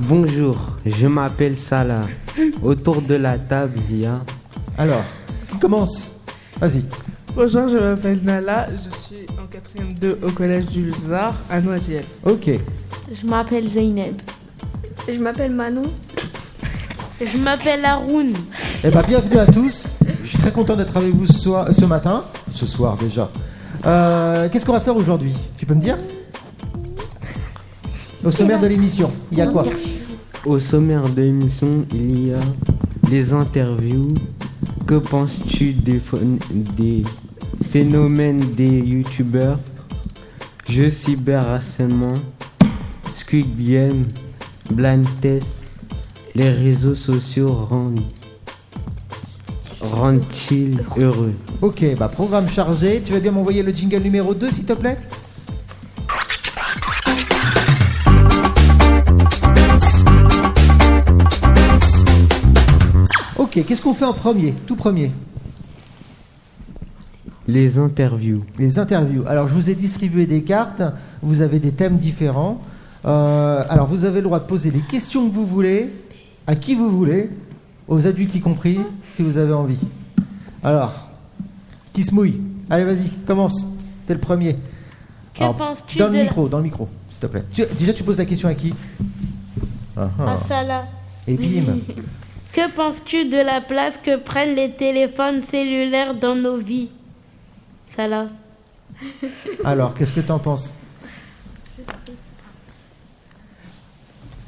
Bonjour, je m'appelle Salah. Autour de la table, il y a. Alors, qui commence Vas-y. Bonjour, je m'appelle Nala, je suis en 4ème 2 au collège du Luzard à Noisiel. Ok. Eh Je m'appelle Zeynep. Je m'appelle Manon. Je m'appelle Haroun. Eh bien, bienvenue à tous. Je suis très content d'être avec vous ce, soir- ce matin. Ce soir déjà. Euh, Qu'est-ce qu'on va faire aujourd'hui Tu peux me dire Au sommaire de l'émission, il y a quoi Au sommaire de l'émission, il y a des interviews. Que penses-tu des, phon- des phénomènes des youtubeurs Jeux cyberharcèlement, Squid Game, Blind Test, les réseaux sociaux rendent, rendent-ils heureux Ok, bah programme chargé. Tu veux bien m'envoyer le jingle numéro 2, s'il te plaît Ok, qu'est-ce qu'on fait en premier Tout premier Les interviews. Les interviews. Alors, je vous ai distribué des cartes. Vous avez des thèmes différents. Euh, alors, vous avez le droit de poser les questions que vous voulez, à qui vous voulez, aux adultes y compris, si vous avez envie. Alors, qui se mouille Allez, vas-y, commence. T'es le premier. Que penses-tu Dans de le la- micro, dans le micro, s'il te plaît. Tu- déjà, tu poses la question à qui Ah, ah. À Salah. Et bim. Que penses-tu de la place que prennent les téléphones cellulaires dans nos vies Salah. Alors, qu'est-ce que t'en penses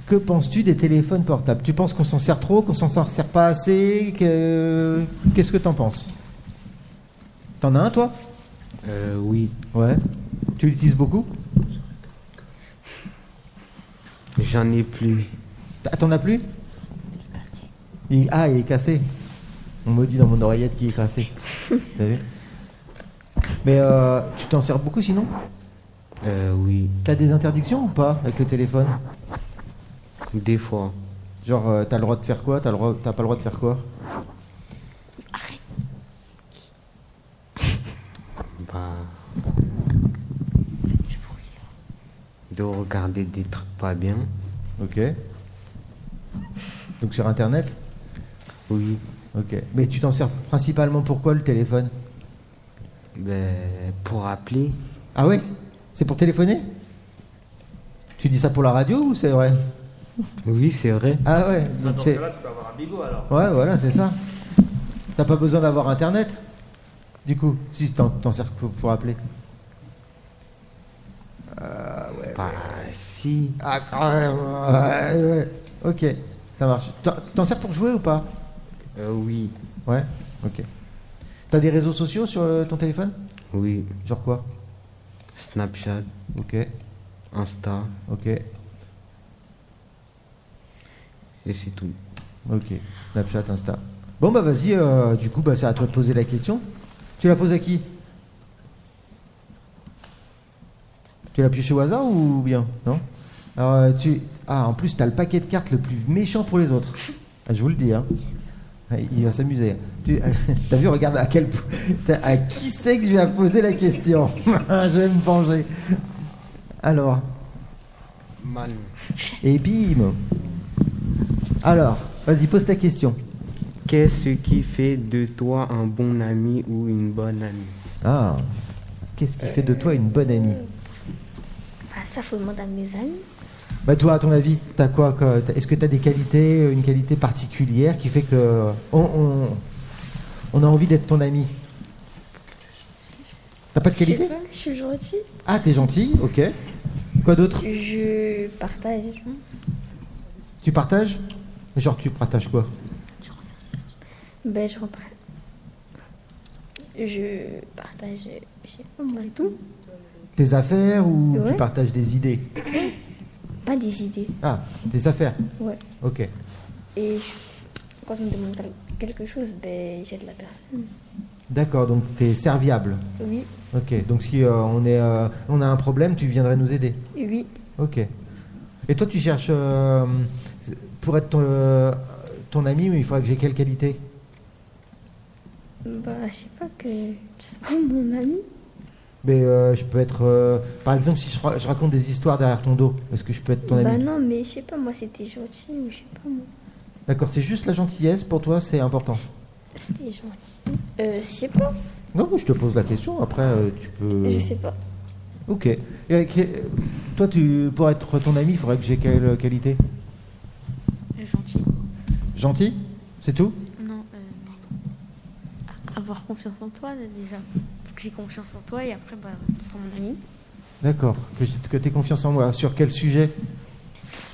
Que penses-tu des téléphones portables Tu penses qu'on s'en sert trop, qu'on s'en sert pas assez que- Qu'est-ce que t'en penses T'en as un, toi Euh, oui, Ouais. Tu l'utilises beaucoup j'en ai plus. Ah, T'en as plus Il- Ah, il est cassé. On me dit dans mon oreillette qu'il est cassé. T'as vu Mais euh, tu t'en sers beaucoup sinon Euh, oui, T'as des interdictions ou pas avec le téléphone des fois. Genre, euh, t'as le droit de faire quoi T'as le droit- t'as pas le droit de faire quoi Bah. De regarder des trucs pas bien. Ok. Donc sur Internet Oui. Ok. Mais tu t'en sers principalement pourquoi le téléphone Ben, pour appeler, Ah ouais C'est pour téléphoner Tu dis ça pour la radio ou c'est vrai oui, c'est vrai. Ah ouais donc c'est- tu peux avoir un bigot alors. Ouais, voilà, c'est ça. T'as pas besoin d'avoir Internet Du coup, si t'en t'en sers pour, pour appeler. Bah, si. Ah, quand même, ouais, ouais. Ok, ça marche. T'en- T'en sers pour jouer ou pas Euh, oui. Ouais, ok. T'as des réseaux sociaux sur euh, ton téléphone Oui. Genre quoi Snapchat, Ok, Insta, ok. et c'est tout. Ok, Snapchat, Insta. Bon, bah vas-y, euh, du coup, bah, c'est à toi de poser la question. Tu la poses à qui Tu l'as pioché au hasard ou bien Non Alors, euh, tu... Ah, en plus, t'as le paquet de cartes le plus méchant pour les autres. Ah, je vous le dis, hein. Ah, Il va s'amuser. Tu as vu, regarde à quel po- t'as- à qui c'est que je vais poser la question. je vais me venger. Alors, Man. et bim. Alors, vas-y, pose ta question. Qu'est-ce qui fait de toi un bon ami ou une bonne amie Ah, qu'est-ce qui fait de toi une bonne amie Ah, ça, faut demander à mes amis. Bah toi, à ton avis, t'as quoi quoi, t'as- Est-ce que tu as des qualités, euh, une qualité particulière qui fait que on, on, on a envie d'être ton ami T'as pas de Je sais qualité pas, je suis gentille. Ah, t'es gentil, ok. Quoi d'autre Je partage. Tu partages Genre, tu partages quoi Ben, je reprends. Je partage, euh, je sais pas moi, tout. Tes affaires ou Ouais. tu partages des idées Pas des idées. Ah, tes affaires, Ouais. ok. Et je- quand on me demande quel- quelque chose, ben, j'aide la personne. D'accord, donc t'es serviable. Oui, Ok, donc si euh, on, est, euh, on a un problème, tu viendrais nous aider oui, Ok. Et toi, tu cherches euh, pour être ton, euh, ton ami, mais il faudrait que j'ai quelle qualité bah, je sais pas que tu sois mon ami. Mais euh, je peux être. euh, par exemple, si je, ra- je raconte des histoires derrière ton dos, est-ce que je peux être ton Bah ami non, mais je sais pas, moi c'était gentil ou je sais pas, moi D'accord, c'est juste la gentillesse pour toi, c'est important. c'était gentil. Euh, je sais pas, Non, mais je te pose la question, après euh, tu peux. je sais pas. Ok. Et avec- euh, toi, tu, pour être ton ami, il faudrait que j'ai quelle qualité Euh, Gentil. Gentil C'est tout Non, euh, avoir confiance en toi là, déjà. Faut que j'ai confiance en toi et après, bah, tu seras mon ami. D'accord. Que, j'ai- que tu aies confiance en moi. Sur quel sujet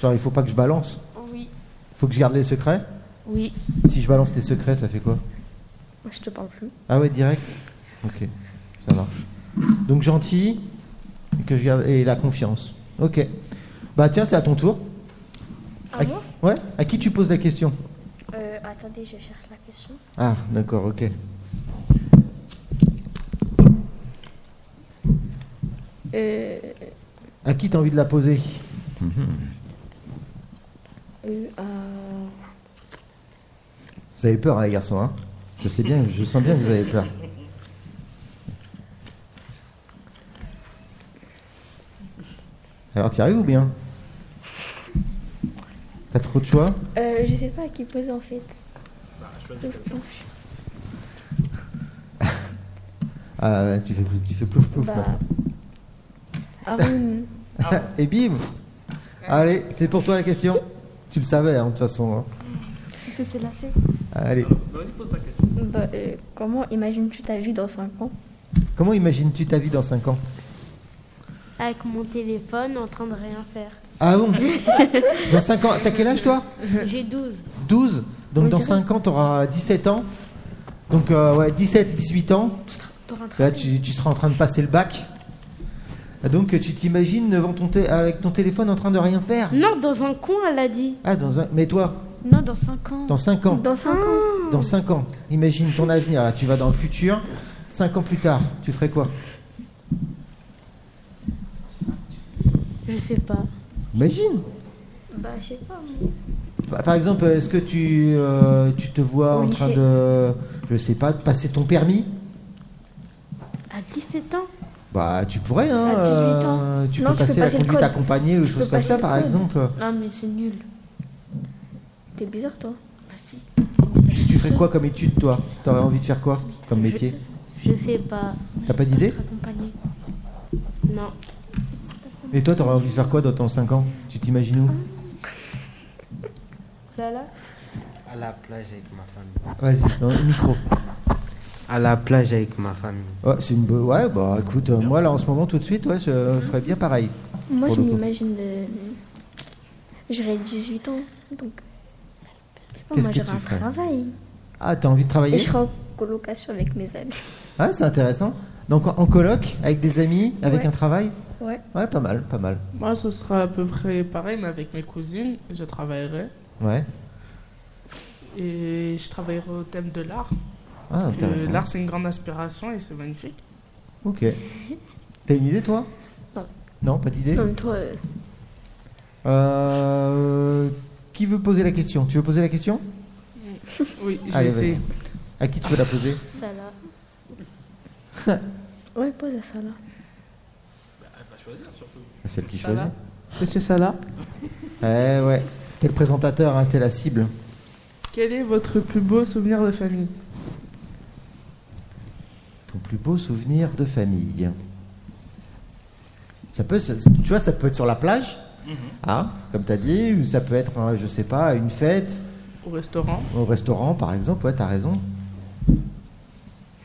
Genre, il faut pas que je balance Oui. faut que je garde les secrets Oui. Si je balance les secrets, ça fait quoi Moi je te parle plus. Ah ouais, direct Ok, ça marche. Donc gentil, et que je garde et la confiance. Ok. Bah tiens, c'est à ton tour. Ah bon Ouais. À qui tu poses la question Euh, attendez, je cherche la question. Ah, d'accord, ok. Euh, À qui t'as envie de la poser euh, euh, Vous avez peur, hein, les garçons. Hein je sais bien, je sens bien que vous avez peur. Alors, t'y arrives ou bien T'as trop de choix euh, je sais pas à qui poser en fait. Ah, tu fais, tu fais plouf plouf. là. Bah. Arun, Et bim Allez, c'est pour toi la question. Tu le savais, hein, de toute façon. hein. Que c'est lâché. Allez. bah, euh, comment imagines-tu ta vie dans 5 ans Comment imagines-tu ta vie dans 5 ans Avec mon téléphone en train de rien faire. Ah bon Dans 5 ans, t'as quel âge toi J'ai 12. 12 Donc Oui, dans je dirais. 5 ans, t'auras 17 ans. Donc euh, ouais, 17, 18 ans. T'auras un Là, travail. tu, tu seras en train de passer le bac. Ah, Donc tu t'imagines devant ton té- avec ton téléphone en train de rien faire Non, dans un coin, elle a dit. Ah, dans un... mais toi, Non, dans 5 ans. dans 5 ans Dans 5 ans Dans 5 ans, imagine ton avenir, là, tu vas dans le futur. 5 ans plus tard, tu ferais quoi Je sais pas. Imagine Bah, je sais pas. moi. Bah, Par par exemple, est-ce que tu, euh, tu te vois Au en train lycée. de, je sais pas, de passer ton permis À 17 ans Bah, tu pourrais, hein. Ça, à 18 ans. euh, tu Non, peux tu peux passer la passer le conduite code. accompagnée ou des Tu choses peux comme passer ça, le par code. exemple. Non, mais c'est nul. T'es bizarre toi. Bah, si. Tu, tu ferais quoi comme étude, toi T'aurais envie de faire quoi comme métier Je sais pas. T'as pas d'idée Accompagné. Non. Et toi, t'aurais envie de faire quoi dans ton 5 ans Tu t'imagines où Bah, Là là À la plage avec ma Hein famille. Vas-y, dans le micro. À la plage avec ma famille. Ouais, c'est une bo- ouais, bah écoute, euh, moi là en ce moment tout de suite, ouais, je ferais bien pareil. Moi Pour je le coup. m'imagine. euh, J'aurais 18 ans donc. Oh, Qu'est-ce moi que j'aurais tu un ferais travail. Ah, t'as envie de Et travailler je serais en colocation avec mes amis. Ah, c'est intéressant. Donc en en coloc, avec des amis, avec Ouais. un travail Ouais. Ouais, pas mal, pas mal. Moi, ce sera à peu près pareil, mais avec mes cousines, je travaillerai. Ouais. Et je travaillerai au thème de l'art. Ah, parce que intéressant. L'art, c'est une grande inspiration et c'est magnifique. Ok. T'as une idée, toi Non. Non, pas d'idée Non, mais toi, euh, Euh, Qui veut poser la question Tu veux poser la question Oui, je vais Allez, vas-y. essayer. À qui tu veux la poser Ça là. ouais, pose ça là. À Celle qui Salah. Monsieur Salah, Eh ouais. T'es le présentateur, hein, t'es la cible. quel est votre plus beau souvenir de famille Ton plus beau souvenir de famille ça peut, ça- tu vois, ça peut être sur la plage, Mhm. hein, comme t'as dit, ou ça peut être, hein, je sais pas, une fête, Au restaurant Au restaurant, par exemple, ouais, t'as raison.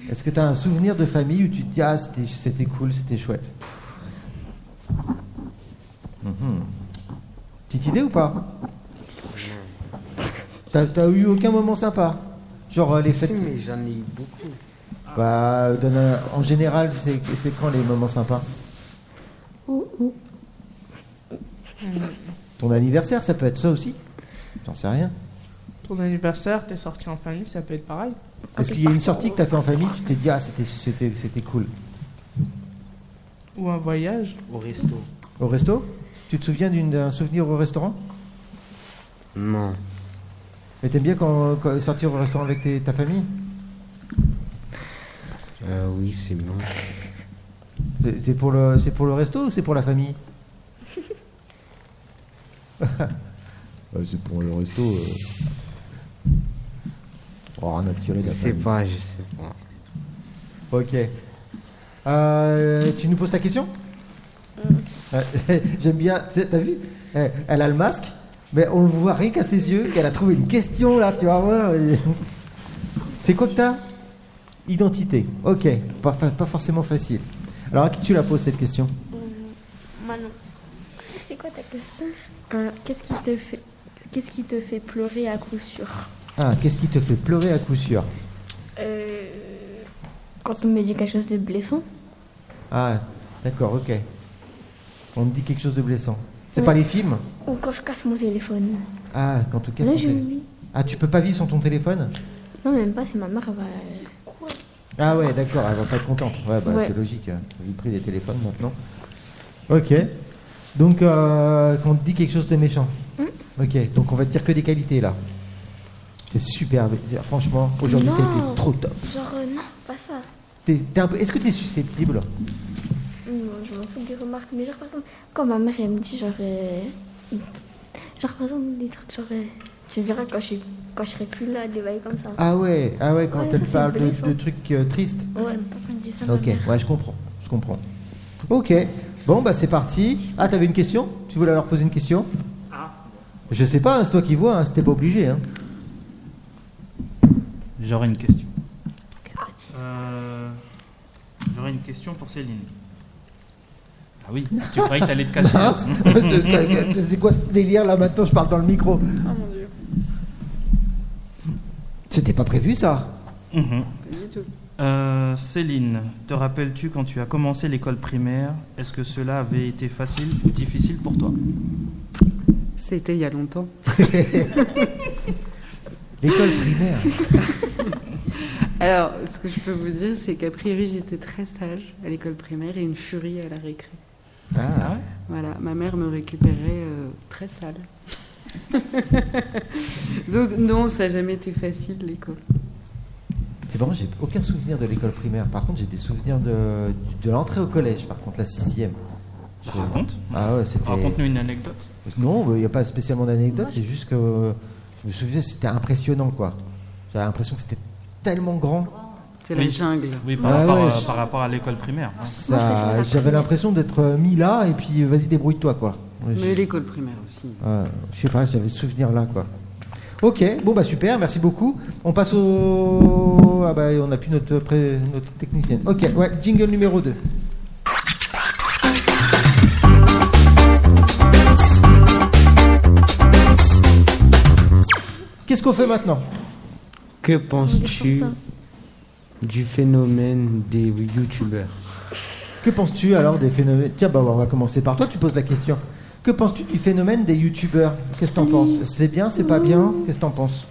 Est-ce que t'as un souvenir de famille où tu te dis ah c'était, c'était cool, c'était chouette Mhm. Petite idée ou pas t'as, t'as eu aucun moment sympa Genre euh, les Si, fêtes mais j'en ai eu beaucoup. Bah, donne un- En général, c'est, c'est quand les moments sympas Ton anniversaire, ça peut être ça aussi J'en sais rien. Ton anniversaire, t'es sorti en famille, ça peut être pareil. Est-ce qu'il y a une sortie que t'as fait en famille Tu t'es dit ah c'était, c'était, c'était cool Ou un voyage Au resto. Au resto Tu te souviens d'une- d'un souvenir au restaurant Non. Et t'aimes bien quand, quand- sortir au restaurant avec tes- ta famille Euh, oui, c'est bon. C'est c'est pour, le- c'est pour le resto ou c'est pour la famille Euh, c'est pour le resto. euh. Oh, on a tiré Je la sais famille. pas, je sais pas. Ok. Euh, tu nous poses ta question Euh, J'aime bien. tu sais, T'as vu Eh, Elle a le masque, mais on le voit rien qu'à ses yeux qu'elle a trouvé une question là, tu vois. ouais, ouais. C'est quoi que t'as Identité. Ok. Pas, fa- pas forcément facile. Alors à qui tu la poses cette question Manon. C'est quoi ta question Euh, Qu'est-ce qui te fait Qu'est-ce qui te fait pleurer à coup sûr Ah, qu'est-ce qui te fait pleurer à coup sûr Euh, Quand on me dit quelque chose de blessant Ah, d'accord, ok. On me dit quelque chose de blessant. C'est pas les films ou quand je casse mon téléphone. Ah, quand tu casses Là, ton je me téléphone. dis. Ah, tu peux pas vivre sans ton téléphone Non, même pas, c'est ma mère, elle va. Ah ouais, d'accord, elle va pas être contente. Ouais, bah, Ouais. c'est logique, euh, vu le prix des téléphones maintenant. Ok. Donc, euh, qu'on te dit quelque chose de méchant. Mm. Ok, donc on va te dire que des qualités là. T'es superbe. Franchement, aujourd'hui, t'es Non. t'es trop top. Genre, euh, non, pas ça. T'es- t'es un peu- Est-ce que t'es susceptible Non, je m'en fous des remarques, mais genre, par exemple, quand ma mère, elle me dit, genre. euh, Genre, par exemple, des trucs, genre. euh, Tu verras quand je, quand je serai plus là, des bails comme ça. Ah ouais, ah ouais, quand Ouais, elle ça, c'est parle de, blessant. de trucs euh, tristes. Ouais. Pourquoi me dit ça Ok, ouais, je comprends, je comprends. Ok, bon, bah c'est parti. Ah, t'avais une question Tu voulais leur poser une question Je sais pas, hein, c'est toi qui vois, hein, c'était pas obligé. Hein. J'aurais une question. Euh, J'aurais une question pour Céline. Ah oui, tu croyais que t'allais te cacher. Mince. c'est quoi ce délire là maintenant Je parle dans le micro. Oh mon dieu. C'était pas prévu ça Mhm. Pas du tout. Euh, Céline, te rappelles-tu quand tu as commencé l'école primaire Est-ce que cela avait été facile ou difficile pour toi C'était il y a longtemps. L'école primaire. Alors, ce que je peux vous dire, c'est qu'a priori, j'étais très sage à l'école primaire et une furie à la récré. Ah. ouais Voilà, ma mère me récupérait euh, très sale. Donc, non, ça n'a jamais été facile, l'école. C'est bon, j'ai aucun souvenir de l'école primaire. Par contre, j'ai des souvenirs de, de l'entrée au collège, par contre, la sixième. Je- Raconte. Ah ouais, c'était. Raconte-nous une anecdote. Non, il n'y a pas spécialement d'anecdote, c'est juste que je me souviens, c'était impressionnant quoi. J'avais l'impression que c'était tellement grand. C'est la Oui. jungle. Oui, par, Ah rapport, ouais, à, je- par rapport à l'école primaire. hein. Ça- J'avais l'impression d'être euh, mis là et puis euh, vas-y, débrouille-toi quoi. Mais Je- l'école primaire aussi. Euh, je sais pas, j'avais ce souvenir là quoi. Ok, bon bah super, merci beaucoup. On passe au. Ah bah on a plus notre, pré- notre technicienne. Ok, ouais, jingle numéro 2. Qu'est-ce qu'on fait maintenant Que penses-tu du phénomène des youtubeurs Que penses-tu alors des phénomènes Tiens, bah on va commencer par toi, tu poses la question. Que penses-tu du phénomène des youtubeurs Qu'est-ce que t'en penses C'est bien, c'est pas bien Qu'est-ce que t'en penses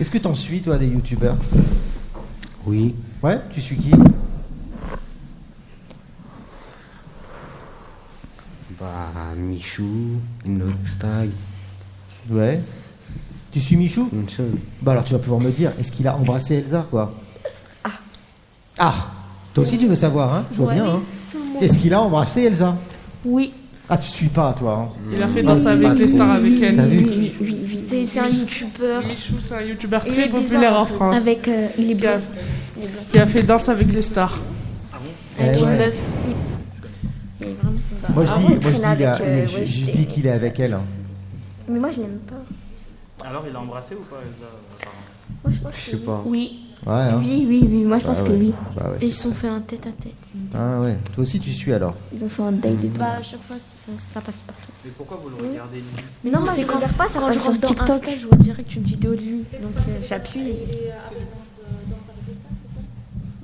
Est-ce que t'en suis, toi, des youtubeurs Oui. Ouais, tu suis qui Bah, Michou, Noxtag, Ouais. Tu suis Michou une chose. Bah alors tu vas pouvoir me dire, est-ce qu'il a embrassé Elsa, quoi Ah Toi aussi tu veux savoir, hein Je vois bien, hein Est-ce qu'il a embrassé Elsa Oui. Ah, tu suis pas, toi, hein Il a fait danser avec les stars avec T'as elle. vu C'est c'est un youtubeur. Michou, c'est un youtubeur Il très est bizarre, populaire en en fait. France. Avec. euh, il est Qui a, bien. qui a fait danse avec les stars. Eh ouais. Il est vraiment sympa. Moi je Avant, dis, moi, il je dis, traînait il a- avec, euh, il- je- ouais, je j'étais- dis qu'il est avec elle. hein. Mais moi, je l'aime pas. Alors, il a embrassé ou pas Elsa Pardon. Moi, je pense Je que sais pas. Oui. Ouais, hein. Oui, oui, oui, moi, je pense Bah que ouais. oui. Bah ouais, Et ils c'est- se sont fait un tête à tête. Ah ouais. Toi aussi tu suis alors. Ils ont fait un date et tout. Bah, à chaque fois, ça, ça passe partout. Mais pourquoi vous le regardez ici Mais non, moi, C'est je quand- regarde pas, ça Quand je passe sur rentre dans TikTok. Insta, je vois direct une vidéo de lui. Donc, euh, j'appuie. et-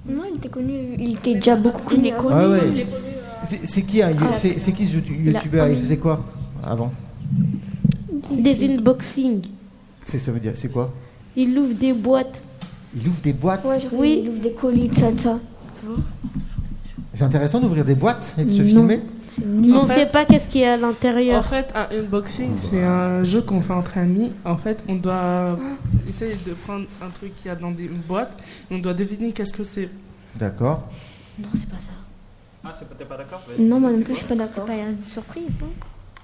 Non, il était connu. Il était déjà beaucoup Il connu. est hein. connu. Ah Ouais, ouais. C'est- C'est qui hein, un, Ah, c'est, c'est qui ce Il a youtubeur un Il mi- faisait quoi avant Devin Boxing. c'est, Ça veut dire c'est quoi Il ouvre des boîtes. Il ouvre des boîtes. Ouais, genre, Oui. il ouvre des colis, tout ça, tout ça. C'est intéressant d'ouvrir des boîtes et de se Non. filmer. C'est Mais nul. on sait pas qu'est-ce qu'il y a à En l'intérieur. fait, un unboxing, c'est un jeu qu'on fait entre amis. En fait, on doit essayer de prendre un truc qu'il y a dans des- une boîte. On doit deviner qu'est-ce que c'est. D'accord. Oh, Non, c'est pas ça. Ah, c'est pas- t'es pas d'accord Vas-y, Non, moi non c'est plus, je suis quoi pas C'est d'accord. pas une surprise, non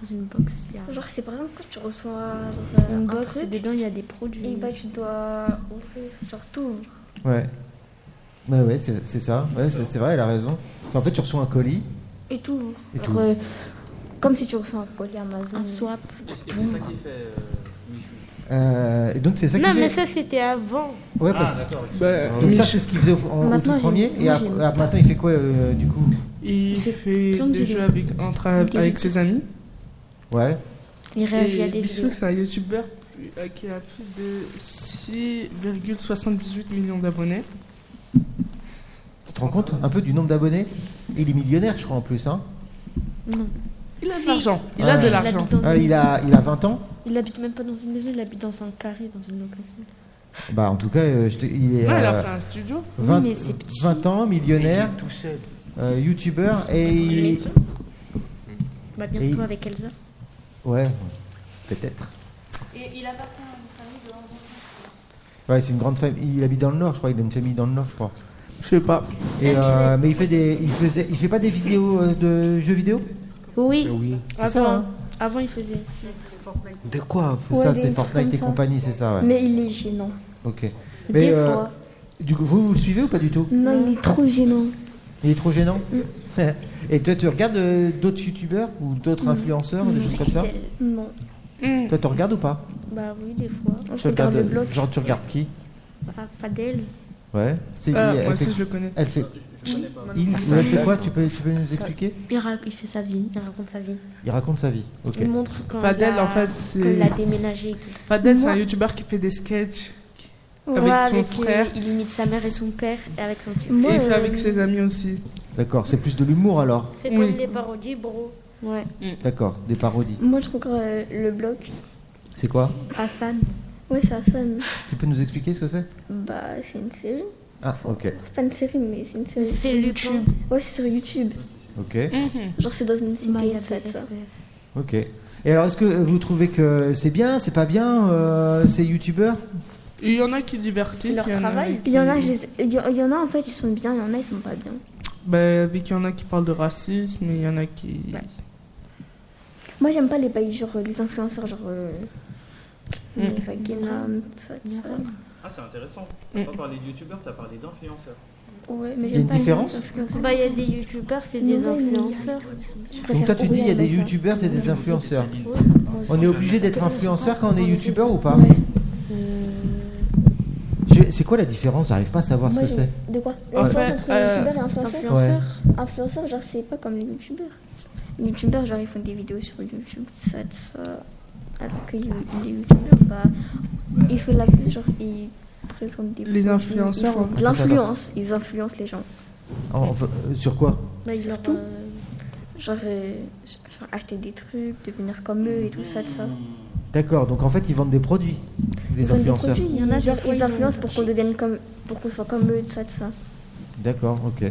Dans une box, il y a Genre, c'est par exemple quand tu reçois genre, euh, une un box et truc dedans, il y a des produits. et bah, tu dois ouvrir, genre tout ouvre. Ouais. Ouais, ouais, c'est c'est ça. Ouais, c'est c'est vrai, elle a raison. En fait, tu reçois un colis. Et tout ouvre. Et tout Genre, euh, comme si tu reçois un colis Amazon. Un swap. Et c'est et c'est ça qui fait euh, Michou. Euh, et donc, c'est ça qui Non, mais fait. ça c'était avant. Ouais, Ah, parce... d'accord. ok. Bah, Donc, il- ça, c'est ce qu'il faisait au, en- au Maintenant, tout j'ai- premier. Et moi, ap- j'ai- ap- maintenant, il fait quoi, euh, du coup il fait plein de des vidéos. jeux avec, entre, Des avec vidéos. ses amis. Ouais. Il réagit Et à des Michou, vidéos. c'est un youtubeur plus- euh, qui a plus de 6,78 millions d'abonnés. Tu te rends compte un peu du nombre d'abonnés Il est millionnaire, je crois, en plus. Hein. Non. Il a Si. de l'argent. Il Ouais. a de Il l'argent. habite dans Ah, une- il, a, il a 20 ans il habite même pas dans une maison, il habite dans un carré, dans une location. Bah, en tout cas, euh, je te- il est Ouais, il a euh, pris un studio. 20, mais c'est petit. 20 ans, millionnaire, tout seul. euh, youtubeur et. il- Bah, Et bientôt il- avec Elsa. Ouais, peut-être. Et il appartient à Ouais, c'est une grande famille. Il habite dans le Nord, je crois. Il a une famille dans le Nord, je crois. Je sais pas. Ah, Et, euh, mais il fait des, il faisait, il fait pas des vidéos euh, de jeux vidéo Oui. Oui. Ah, C'est ça, hein Avant, il faisait. De quoi C'est Ouais, ça, des c'est trucs Fortnite comme et ça. compagnie, c'est ça, ouais. Mais il est gênant. Ok. Des Mais euh, fois. du coup, vous, vous le suivez ou pas du tout Non, Mm. il est trop gênant. Il est trop gênant. et toi, tu regardes euh, d'autres youtubeurs ou Mm. d'autres influenceurs, des choses comme ça Non. Hmm. Toi, tu regardes ou pas Bah oui, des fois. Je Tu regarde le regardes, euh, blog. genre, tu regardes qui Bah, Fadel. Ouais. C'est- Ah, elle, moi fait, aussi, je le connais. elle fait, Je connais pas. il, Ah, ou elle fait quoi tu peux, tu peux nous expliquer Il, rac- il fait sa vie, il raconte sa vie. Il raconte sa vie. Ok. Il montre quand Fadel, il a, en fait, quand il a c'est. déménagé. et tout. Fadel, c'est Moi- un youtubeur qui fait des sketchs. Avec Ouais, son euh, frère. il imite sa mère et son père et avec son petit. Et Moi, il fait euh, avec ses amis aussi. D'accord. C'est plus de l'humour alors. C'est Oui. comme les parodies, bro. Ouais. D'accord. Des parodies. Moi, je regarde euh, le blog. C'est quoi Euh, Hassan. Ouais, c'est Hassan. Tu peux nous expliquer ce que c'est Bah, c'est une série. Ah, ok. C'est pas une série, mais c'est une série. C'est YouTube. Ouais, c'est sur YouTube. Ok. Mhm. Genre, c'est dans une cité, Maya tout ça, tout ça. BFF. Ok. Et alors, est-ce que vous trouvez que c'est bien, c'est pas bien, euh, ces youtubeurs Il y en a qui divertissent. C'est leur il y en a travail. qui- Il y en a, je les ai- il y en il y en a en fait, ils sont bien, il y en a, ils sont pas bien. Bah, vu qu'il y en a qui parlent de racisme, il y en a qui. Moi, j'aime pas les pays, genre euh, les influenceurs, genre. Euh, les Vaginam, tout ça, tout ça. Ah, c'est intéressant. Mm. T'as pas parlé de youtubeurs, t'as parlé d'influenceurs. Ouais, mais Il y a une j'aime pas les différence influenceurs. Bah, il y a des youtubeurs, c'est des Non, mais- influenceurs. Je Donc, préfère toi, tu dis, il y a des Oriana, youtubeurs, c'est des influenceurs. On est obligé d'être influenceur quand on est youtubeur ou ça. pas Ouais. Je- C'est quoi la différence J'arrive pas à savoir ce Moi, que j'ai- c'est. De quoi En La différence fait, entre euh, youtubeur et C'est influenceur influenceur. Influenceur, genre, c'est pas comme les youtubeurs. Les youtubeurs, genre, ils font des vidéos sur YouTube, tout ça, tout ça. Alors que les les youtubeurs, bah, ils font de la pub, genre, ils présentent Les des produits, influenceurs, ils font hein. de l'influence, ils influencent les gens. En- enfin, euh, sur quoi Bah, il leur, Surtout. euh, Genre, euh, genre, acheter des trucs, devenir comme eux et tout ça, tout ça. D'accord, donc en fait, ils vendent des produits, les Ils vendent des influenceurs. produits, Il y en a des genre, fois, ils ils ont- influencent pour qu'on devienne comme, pour qu'on soit comme eux, tout ça, tout ça. D'accord, ok.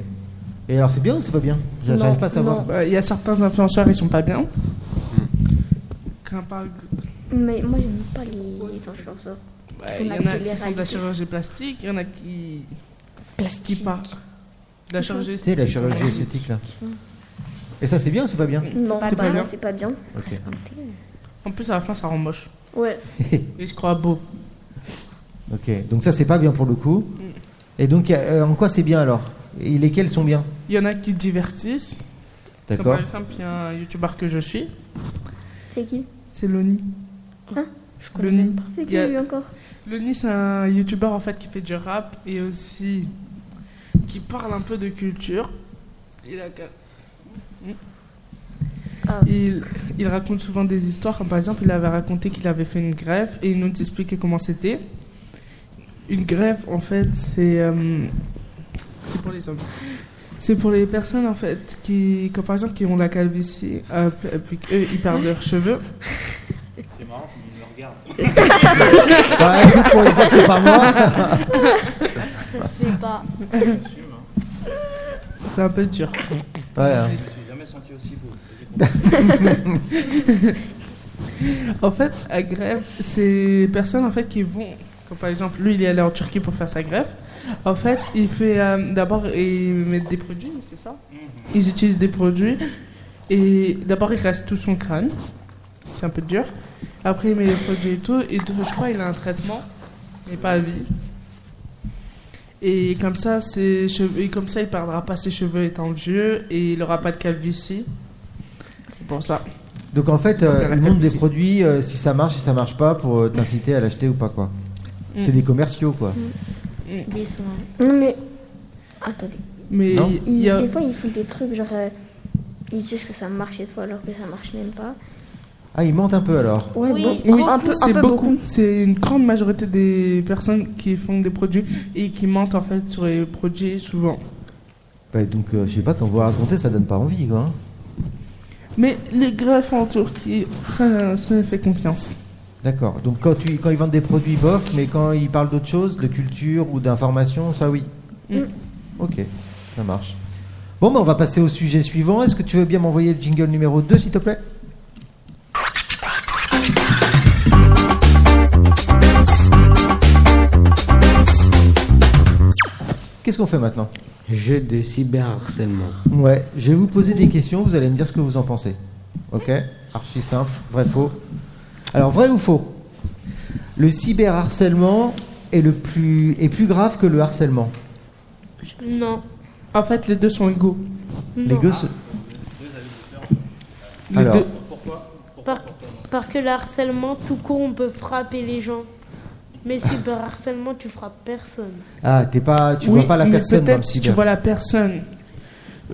Et alors, c'est bien ou c'est pas bien J'a- Non, J'arrive pas à savoir. non. Bah, il y a certains influenceurs, ils sont pas bien. Hmm. Quand par- Mais moi, j'aime pas les, les influenceurs. bah, Ils font il y la en a qui font de la télé-réalité. chirurgie plastique, il y en a qui. Qui Plastique. pas. De la chirurgie Tu sais, esthétique. la chirurgie esthétique, là. Et ça, c'est bien ou c'est pas bien Non, C'est c'est pas pas, bien. c'est pas bien. Ok. En plus, à la fin, ça rend moche. Ouais. Et je crois beau. Ok, donc ça, c'est pas bien pour le coup. Et donc, y a- euh, en quoi c'est bien alors Et lesquels sont bien Il y en a qui divertissent. Comme D'accord par exemple, il y a un youtubeur que je suis, C'est qui c'est Loni. Hein Je connais Loni. C'est Il qui y a- lui encore Loni, c'est un youtubeur en fait qui fait du rap et aussi qui parle un peu de culture. Il a qu'à- Ah. Il, il raconte souvent des histoires, comme par exemple, il avait raconté qu'il avait fait une grève et il nous expliquait comment c'était. Une grève, en fait, c'est euh, c'est pour les hommes. C'est pour les personnes, en fait, qui, comme par exemple, qui ont la calvitie, euh, puis qu'eux, ils perdent leurs cheveux. C'est marrant, ils me regardent. Bah, écoute, pour une fois que c'est pas moi. Ça se fait pas. J'assume, hein. C'est un peu dur. Ouais, hein. Je me suis jamais senti aussi beau. J'ai compris. En fait, à grève, c'est personnes en fait qui vont, comme par exemple lui, il est allé en Turquie pour faire sa grève. En fait, il fait euh, d'abord ils mettent des produits, c'est ça Ils utilisent des produits et d'abord il rase tout son crâne, c'est un peu dur. Après il met les produits et tout et je crois il a un traitement, mais pas à vie. Et comme ça, ses cheveux, et comme ça, il perdra pas ses cheveux étant vieux et il aura pas de calvitie. C'est pour ça. Donc en fait, pas euh, faire la ils montrent des calvitie. produits, euh, si ça marche, si ça marche pas, pour euh, t'inciter à l'acheter ou pas quoi. Mm. C'est des commerciaux quoi. Des soins. hein. Non, mais. Attendez. Mais Non. il y a- Des fois, ils font des trucs, genre. euh, ils disent que ça marche et tout, alors que ça marche même pas. Ah, ils mentent un peu alors. Ouais, Oui, bon, Oui, un peu, un c'est peu beaucoup. C'est une grande majorité des personnes qui font des produits et qui mentent en fait sur les produits souvent. Bah, donc euh, je sais pas, quand vous racontez, ça donne pas envie quoi. hein. Mais les greffes en Turquie, ça, ça me fait confiance. D'accord. Donc quand, tu, quand ils vendent des produits bof, mais quand ils parlent d'autre chose, de culture ou d'information, ça oui. Mm. Ok, ça marche. Bon, bah, on va passer au sujet suivant. Est-ce que tu veux bien m'envoyer le jingle numéro 2, s'il te plaît Qu'est-ce qu'on fait maintenant Jeu de cyberharcèlement. Ouais, je vais vous poser des questions, vous allez me dire ce que vous en pensez. Ok Archi simple, vrai, faux. Alors, vrai ou faux Le cyberharcèlement est, le plus, est plus grave que le harcèlement. Non. En fait, les deux sont égaux. Les gosses. Les Alors. deux. Par- Parce que le harcèlement, tout court, on peut frapper les gens. Mais cyber harcèlement, tu frappes personne. Ah, t'es pas, tu Oui, vois pas la mais personne dans le Peut-être si tu cyber. vois la personne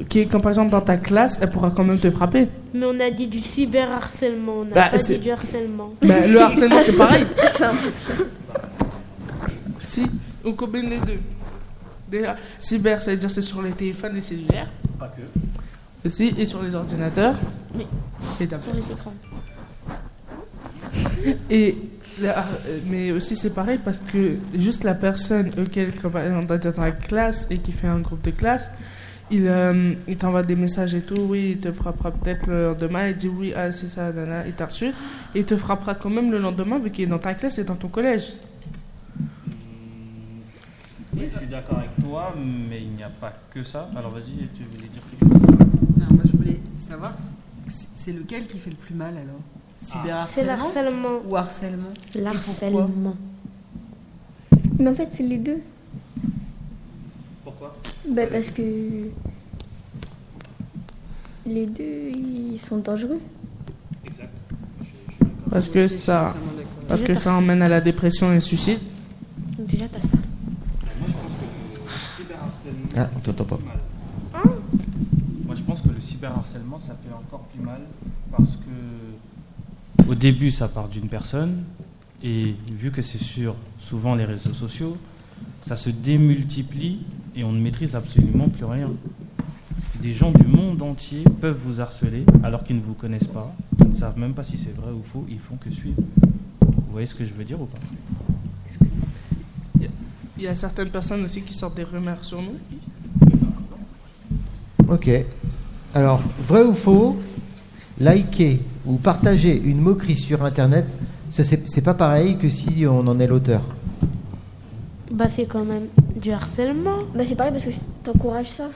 qui est, comme par exemple dans ta classe, elle pourra quand même te frapper. Mais on a dit du cyberharcèlement, on n'a Bah, pas c'est- dit du harcèlement. Bah, le harcèlement, c'est pareil. si, on combine les deux. Déjà, cyber, ça veut dire c'est sur les téléphones et cellulaires. Pas que. Aussi, et sur les ordinateurs. Oui. Et d'abord. Sur les écrans. Et la- euh, mais aussi c'est pareil parce que juste la personne auquel comme par exemple, t'es dans la classe et qui fait un groupe de classe, il, euh, il t'envoie des messages et tout, oui, il te frappera peut-être le lendemain, il dit oui, ah c'est ça, nana, il t'a reçu, et il te frappera quand même le lendemain vu qu'il est dans ta classe et dans ton collège. Oui, je suis d'accord avec toi, mais il n'y a pas que ça. Alors vas-y, tu voulais dire quelque chose Non, moi, je voulais savoir, c'est- c'est lequel qui fait le plus mal alors C'est le Cyberharcèlement harcèlement. ou harcèlement L'harcèlement. Mais en fait, c'est les deux. Pourquoi Bah, parce que. Les deux, ils sont dangereux. Exact. Parce que ça, parce que ça emmène à la dépression et au suicide. Déjà, t'as ça. Moi, je pense que le cyberharcèlement. Ah, on t'entend pas. fait mal. Moi, je pense que le cyberharcèlement, ça fait encore plus mal parce que au début, ça part d'une personne et vu que c'est sur souvent les réseaux sociaux, ça se démultiplie et on ne maîtrise absolument plus rien. Des gens du monde entier peuvent vous harceler alors qu'ils ne vous connaissent pas, ils ne savent même pas si c'est vrai ou faux, ils font que suivre. Vous voyez ce que je veux dire ou pas Il y a certaines personnes aussi qui sortent des rumeurs sur nous. Ok. Alors, vrai ou faux Liker ou partager une moquerie sur Internet, ce- c'est c'est pas pareil que si on en est l'auteur. Bah, c'est quand même du harcèlement. Bah, c'est pareil parce que t'encourages ça.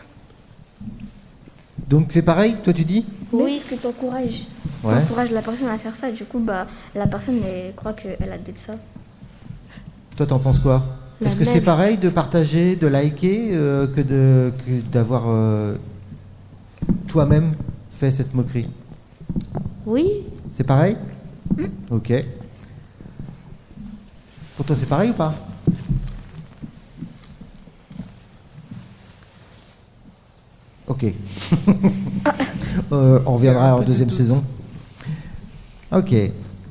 Donc c'est pareil, toi tu dis Oui, parce que t'encourages. Ouais. T'encourages la personne à faire ça. Du coup, bah, la personne, elle croit qu'elle a de ça. Toi, t'en penses quoi La Est-ce que c'est même. pareil de partager, de liker, euh, que de que d'avoir euh, toi-même fait cette moquerie Oui, C'est pareil Ok. Pour toi, c'est pareil ou pas Ok. Euh, on reviendra en deuxième saison. Ok.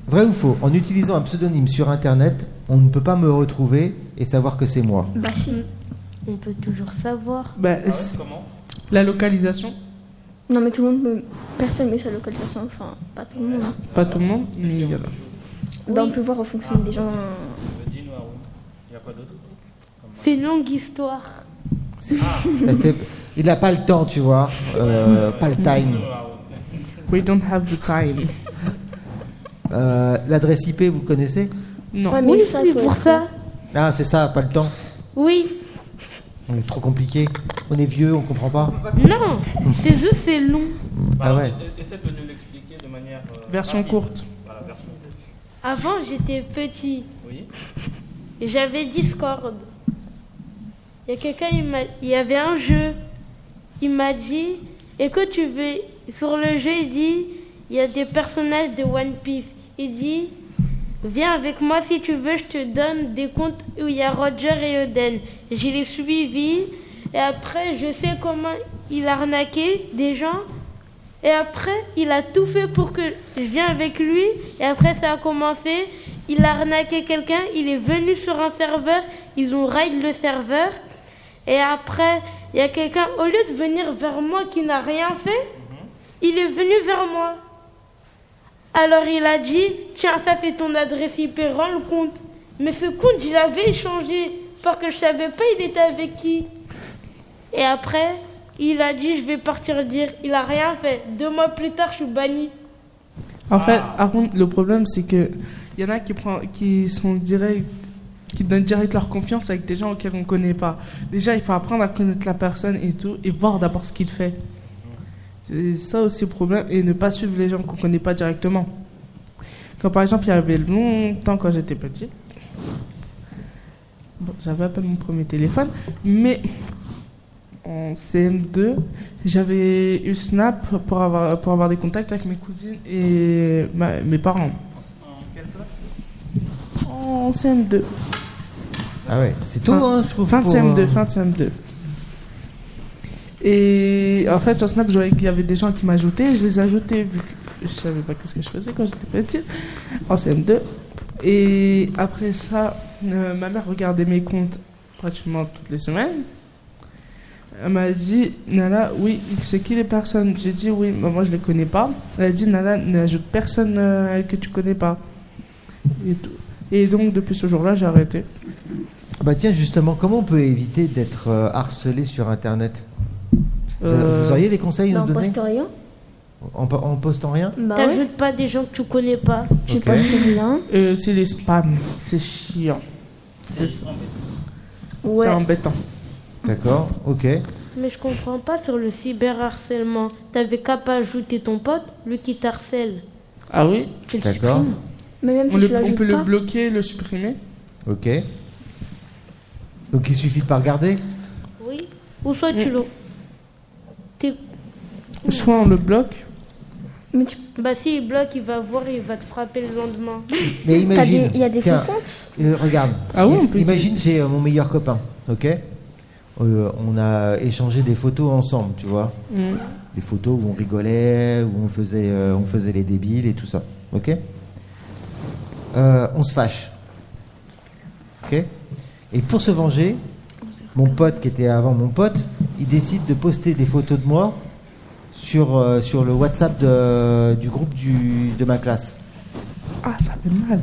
Vrai ou faux En utilisant un pseudonyme sur Internet, on ne peut pas me retrouver et savoir que c'est moi. Bah, si. Mm. on peut toujours savoir. Bah, Ah c'est- Comment la localisation, Non, mais tout le monde, me- personne met sa localisation. Enfin, pas tout le monde. hein. pas tout le monde, mais euh, il y en a. Bah, on peut voir en fonction des gens. Euh, Il n'y a pas d'autre C'est une longue histoire. Là, c'est- Il n'a pas le temps, tu vois. Euh, pas le time. We don't have the time. Euh, L'adresse IP, vous connaissez Non. Ouais, mais Oui, ça, c'est faut pour être- ça. Ah, c'est ça, pas le temps. Oui, On est trop compliqué. On est vieux, on comprend pas. Non, c'est juste c'est long. Ah alors, ouais. e- Essaie de nous l'expliquer de manière. euh, Version rapide. courte. Voilà, version courte. Avant, j'étais petit. Oui. Et J'avais Discord. Il y a quelqu'un, il m'a- il y avait un jeu. Il m'a dit, et que tu veux, sur le jeu, il dit, il y a des personnages de One Piece. Il dit, viens avec moi si tu veux, je te donne des comptes où il y a Roger et Oden. Je l'ai suivi, et après, je sais comment il a arnaqué des gens. Et après, il a tout fait pour que je vienne avec lui. Et après, ça a commencé. Il a arnaqué quelqu'un. Il est venu sur un serveur. Ils ont raid le serveur. Et après, il y a quelqu'un, au lieu de venir vers moi qui n'a rien fait, il est venu vers moi. Alors il a dit Tiens, ça fait ton adresse IP, rends le compte. Mais ce compte, je l'avais échangé. Parce que je savais pas il était avec qui. Et après, il a dit je vais partir dire. Il a rien fait. Deux mois plus tard, je suis banni. En fait, par contre, le problème, c'est que il y en a qui, prend, qui sont direct, qui donnent direct leur confiance avec des gens auxquels on ne connaît pas. Déjà, il faut apprendre à connaître la personne et tout, et voir d'abord ce qu'il fait. C'est ça aussi le problème, et ne pas suivre les gens qu'on ne connaît pas directement. Quand par exemple, il y avait longtemps quand j'étais petit, bon, j'avais à peine mon premier téléphone, mais en CM2, j'avais eu Snap pour avoir, pour avoir des contacts avec mes cousines et ma- mes parents. En quelle classe En CM2. Ah ouais, c'est tout, Fin- hein, je trouve. Fin de pour, CM2, euh, fin de CM2. Et en fait, sur Snap, je voyais qu'il y avait des gens qui m'ajoutaient. Je les ajoutais vu que je savais pas ce que je faisais quand j'étais petite, en CM2. Et après ça, euh, ma mère regardait mes comptes pratiquement toutes les semaines. Elle m'a dit, Nala, oui, c'est qui les personnes J'ai dit, oui, mais moi je les connais pas. Elle a dit, Nala, n'ajoute personne euh, que tu connais pas. Et, tout. Et donc, depuis ce jour-là, j'ai arrêté. Ah Bah tiens, justement, comment on peut éviter d'être euh, harcelé sur Internet vous, a- Euh, vous auriez des conseils à Bah, nous on donner poste rien. en, po- en postant rien Bah T'ajoutes ouais, pas des gens que tu connais pas. tu Ok. postes rien. Euh, c'est les spams, c'est chiant. C'est ça. C'est Ouais. embêtant. D'accord, ok. Mais je comprends pas sur le cyberharcèlement. T'avais qu'à pas ajouter ton pote, lui qui t'harcèle. Ah oui Tu le D'accord, supprimes. Mais même on, si le- tu on l'ajoutes peut pas. le bloquer, le supprimer ok. Donc il suffit de pas regarder Oui. Ou soit Mm. tu le. t'es- Soit on le bloque. Mais tu Bah si il bloque, il va voir, il va te frapper le lendemain. Mais t'as imagine. des- il y a des tiens, faux comptes. euh, regarde. Ah oui, on peut Imagine, j'ai euh, mon meilleur copain, ok Euh, On a échangé des photos ensemble, tu vois Mm. des photos où on rigolait, où on faisait, euh, on faisait les débiles et tout ça. Ok Euh, On se fâche. Ok Et pour se venger, mon pote qui était avant mon pote, il décide de poster des photos de moi sur, euh, sur le WhatsApp de- du groupe du, de ma classe. Ah, ça fait mal.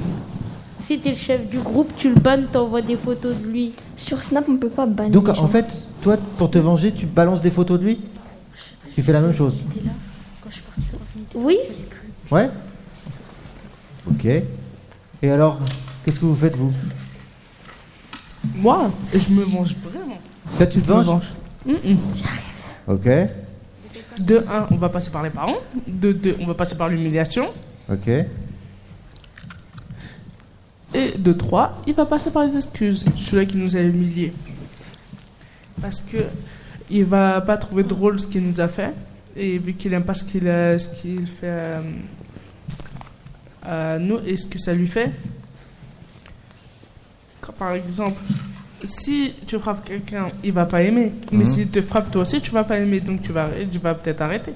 Si t'es le chef du groupe, tu le bannes, t'envoies des photos de lui. Sur Snap, on peut pas bannir. Donc les gens. en fait, toi, pour te venger, tu balances des photos de lui Tu fais la même chose T'es là quand je suis partie revenir. Oui Ouais Ok. Et alors, qu'est-ce que vous faites, vous Moi, je me mange vraiment. Toi, tu te Je me venges mange. Mm-mm. Ok, De un, on va passer par les parents. De deux, on va passer par l'humiliation. ok. Et de trois, il va passer par les excuses. Celui qui nous a humiliés. Parce que il va pas trouver drôle ce qu'il nous a fait. Et vu qu'il aime pas ce qu'il a- ce qu'il fait euh, à nous et ce que ça lui fait. Quand, par exemple, si tu frappes quelqu'un, il va pas aimer. Mais Mhm. s'il te frappe toi aussi, tu vas pas aimer. Donc tu vas, tu vas peut-être arrêter.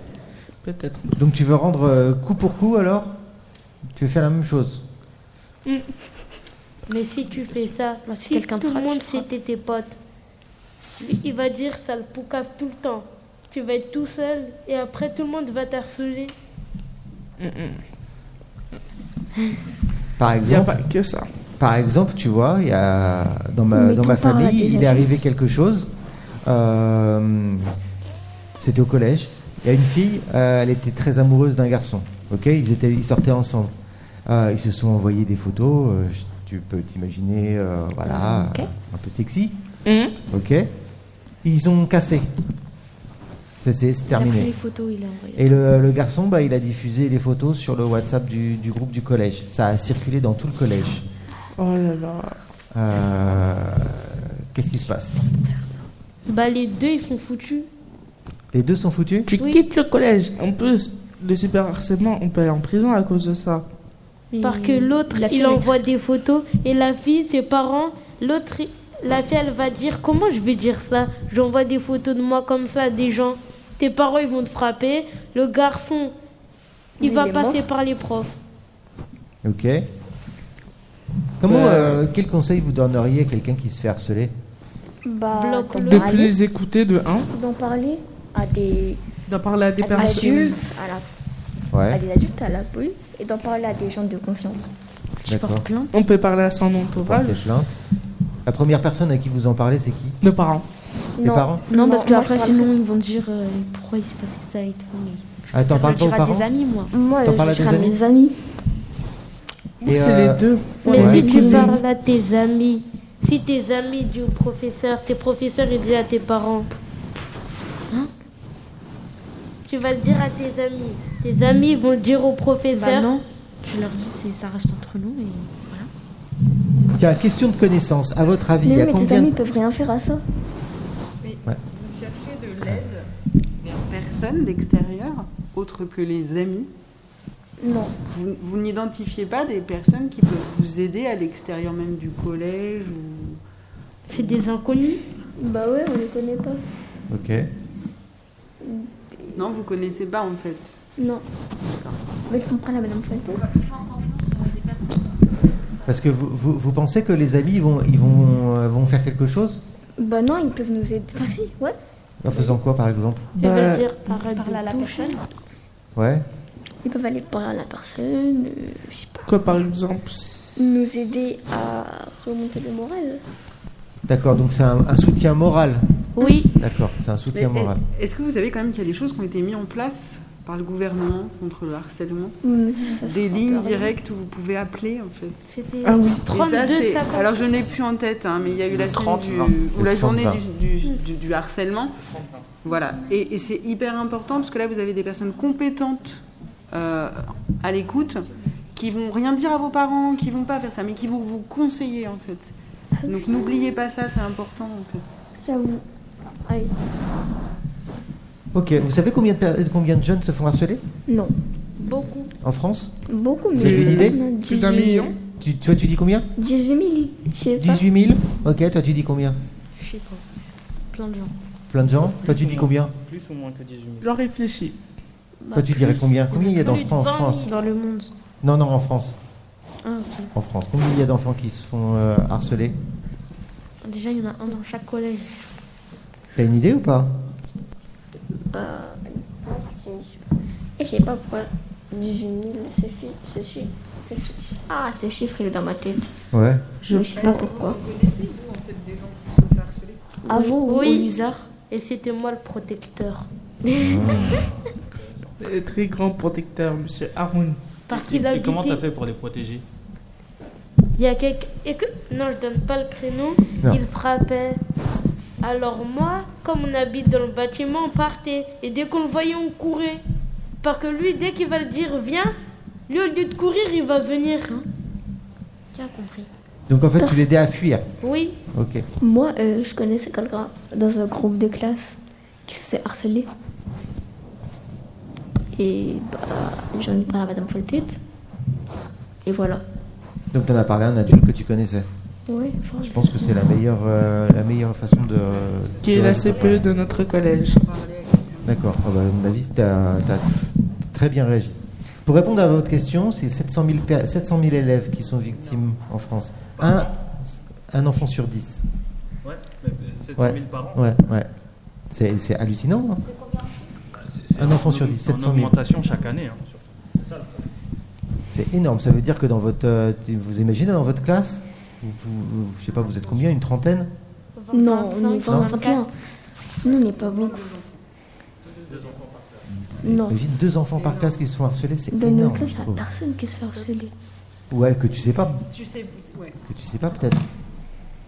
Peut-être. Donc tu veux rendre euh, coup pour coup alors Tu veux faire la même chose Mais si tu fais ça, Bah, si si quelqu'un te tout le frappe, tu monde te frappes. c'était tes potes, lui, il va dire ça le poucave tout le temps. Tu vas être tout seul et après tout le monde va t'harceler. Par Il n'y a exemple, pas que ça. par exemple, tu vois, il y a dans ma, Mais dans ma ton parent a famille, des il est arrivé adultes. quelque chose. Euh, C'était au collège. Il y a une fille, euh, elle était très amoureuse d'un garçon. Ok, ils étaient, ils sortaient ensemble. Euh, ils se sont envoyés des photos. euh, je- tu peux t'imaginer, euh, voilà, un peu sexy. Mhm. Ok. Ils ont cassé. C'est- C'est c'est Il a pris terminé. les photos, il a envoyé. Et le, le garçon, bah, il a diffusé les photos sur le WhatsApp du, du groupe du collège. Ça a circulé dans tout le collège. Oh là là. Euh, Qu'est-ce qui se passe Bah, les deux, ils sont foutus. Les deux sont foutus Tu quittes le collège. En plus, le cyber harcèlement, on peut aller en prison à cause de ça. Parce que l'autre, La fille, il elle est envoie des photos et la fille, ses parents, l'autre, la fille, elle va dire Comment je vais dire ça J'envoie des photos de moi comme ça à des gens. Tes parents, ils vont te frapper. Le garçon, il Mais va il est passer mort. par les profs. Ok. Comment, Euh, euh, quel conseil vous donneriez à quelqu'un qui se fait harceler Bah, Bloque-le. d'en De parler- plus les écouter de 1, D'en parler à des d'en parler à des personnes. adultes, à, la, à Ouais, des adultes, à la police, et d'en parler à des gens de confiance. Tu portes plainte On peut parler à son portez entourage, plainte. La première personne à qui vous en parlez, c'est qui nos parents. Tes parents Non, parce que moi, après, je parle- sinon, ils vont te dire euh, pourquoi il s'est passé ça et tout. Mais... Ah, T'en Je vais parles le pas aux dire à parents des amis, moi. Moi, T'en je parles à dirais tes à mes amis. Et, C'est euh, les deux. Mais Ouais. si tu Cousine. parles à tes amis, si tes amis disent au professeur, tes professeurs, ils disent à tes parents. hein, tu vas le dire à tes amis. Tes amis vont le dire au Bah professeur. non, tu leur dis, c'est- ça reste entre nous. Et... euh, Tiens, question de connaissance. À votre avis, il y Mais, a mais tes combien amis de... peuvent rien faire à ça. Vous cherchez de l'aide vers personne d'extérieur, autre que les amis. Non. Vous, vous n'identifiez pas des personnes qui peuvent vous aider à l'extérieur même du collège ou... C'est des inconnus. Bah ouais, on les connaît pas. Ok. Non, vous connaissez pas en fait. Non. Mais je Bah, comprends la madame Fuentes. Parce que vous, vous, vous pensez que les amis vont, ils vont, euh, vont faire quelque chose Bah non, ils peuvent nous aider. Enfin si, ouais. En faisant quoi, par exemple Ils Bah, veulent dire arrête Parle à de la toucher. personne. Ouais. Ils peuvent aller parler à la personne, euh, je sais pas. Quoi, par exemple Nous aider à remonter le moral. D'accord, donc c'est un, un soutien moral. Oui, D'accord, c'est un Mais eh, soutien moral. est- Est-ce que vous savez quand même qu'il y a des choses qui ont été mises en place par le gouvernement contre le harcèlement Mm. Des lignes directes où vous pouvez appeler en fait. c'était Ah oui. Et ça, 32 c'est- cinquante. Alors je n'ai plus en tête, hein, mais il y a eu la, semaine 30, du- 20. ou la Le 30, journée 20. du, du- du- du harcèlement. Voilà. Et, et c'est hyper important parce que là, vous avez des personnes compétentes euh, à l'écoute qui vont rien dire à vos parents, qui vont pas faire ça, mais qui vont vous conseiller en fait. Donc n'oubliez pas ça, c'est important en fait. J'avoue. Aïe. Ok, vous savez combien de, per- combien de jeunes se font harceler Non. beaucoup. en France Beaucoup, mais. Vous avez une idée Non, Plus d'un 18 million tu, Toi, tu dis combien 18 000, je sais pas. 18 000 Ok, toi, tu dis combien Je sais pas. Plein de gens. Plein de gens Toi, tu dis combien Plus ou moins que 18 000 J'en réfléchis. Bah, Toi, tu dirais plus. combien Combien il y a Plus d'enfants en de 20 000. France Dans le monde. Non, non, en France. Ah, ok. En France. Combien il y a d'enfants qui se font euh, harceler Déjà, il y en a un dans chaque collège. T'as une idée ou pas Et je sais pas pourquoi 18 000, c'est fi- c'est chi- c'est chi- Ah, ce chiffre, il est dans ma tête. Ouais. Je sais pas pourquoi. Avant, Oui. oui. Et c'était moi le protecteur. Euh, Très grand protecteur, monsieur Haroun. Parce Et, qu'il a et comment guetté- t'as fait pour les protéger Il y a quelqu'un. et que- Non, je donne pas le prénom. Non. Il frappait. Alors moi, comme on habite dans le bâtiment, on partait. Et dès qu'on le voyait, on courait. Parce que lui, dès qu'il va le dire, viens, lui, au lieu de courir, il va venir. Hein Tu as compris. Donc, en fait, tu l'aidais à fuir. Oui, Ok. Moi, euh, je connaissais quelqu'un dans un groupe de classe qui se faisait harceler. Et bah, j'en ai parlé à Madame Foltette. Et voilà. Donc, t'en as parlé à un adulte que tu connaissais. Ouais, Je pense que c'est la meilleure, euh, la meilleure façon de. Qui de- est la E, CPE de notre collège. D'accord. Ah bah, à mon avis, t'as t'as très bien réagi. Pour répondre à votre question, c'est 700 000, per- 700 000 élèves qui sont victimes en France. Un, un enfant sur dix. Ouais, mais, euh, 700 Ouais. 000 par an. Ouais, ouais. C'est c'est hallucinant. hein. Bah, c'est- c'est Un en enfant sur aug- dix, 700 En 000. augmentation chaque année. hein, surtout. C'est ça, là. C'est énorme. Ça veut dire que dans votre, euh, tu- vous imaginez dans votre classe, vous, vous- vous- je sais pas, vous êtes combien, une trentaine Non, on est 25, 21. Nous, on n'est pas beaucoup. Non. Imagine deux enfants par classe qui se font harceler, c'est Dans notre énorme, classe, je il n'y a trouve. personne qui se fait harceler. Ouais, que tu sais pas, Tu sais, ouais. que tu sais pas peut-être.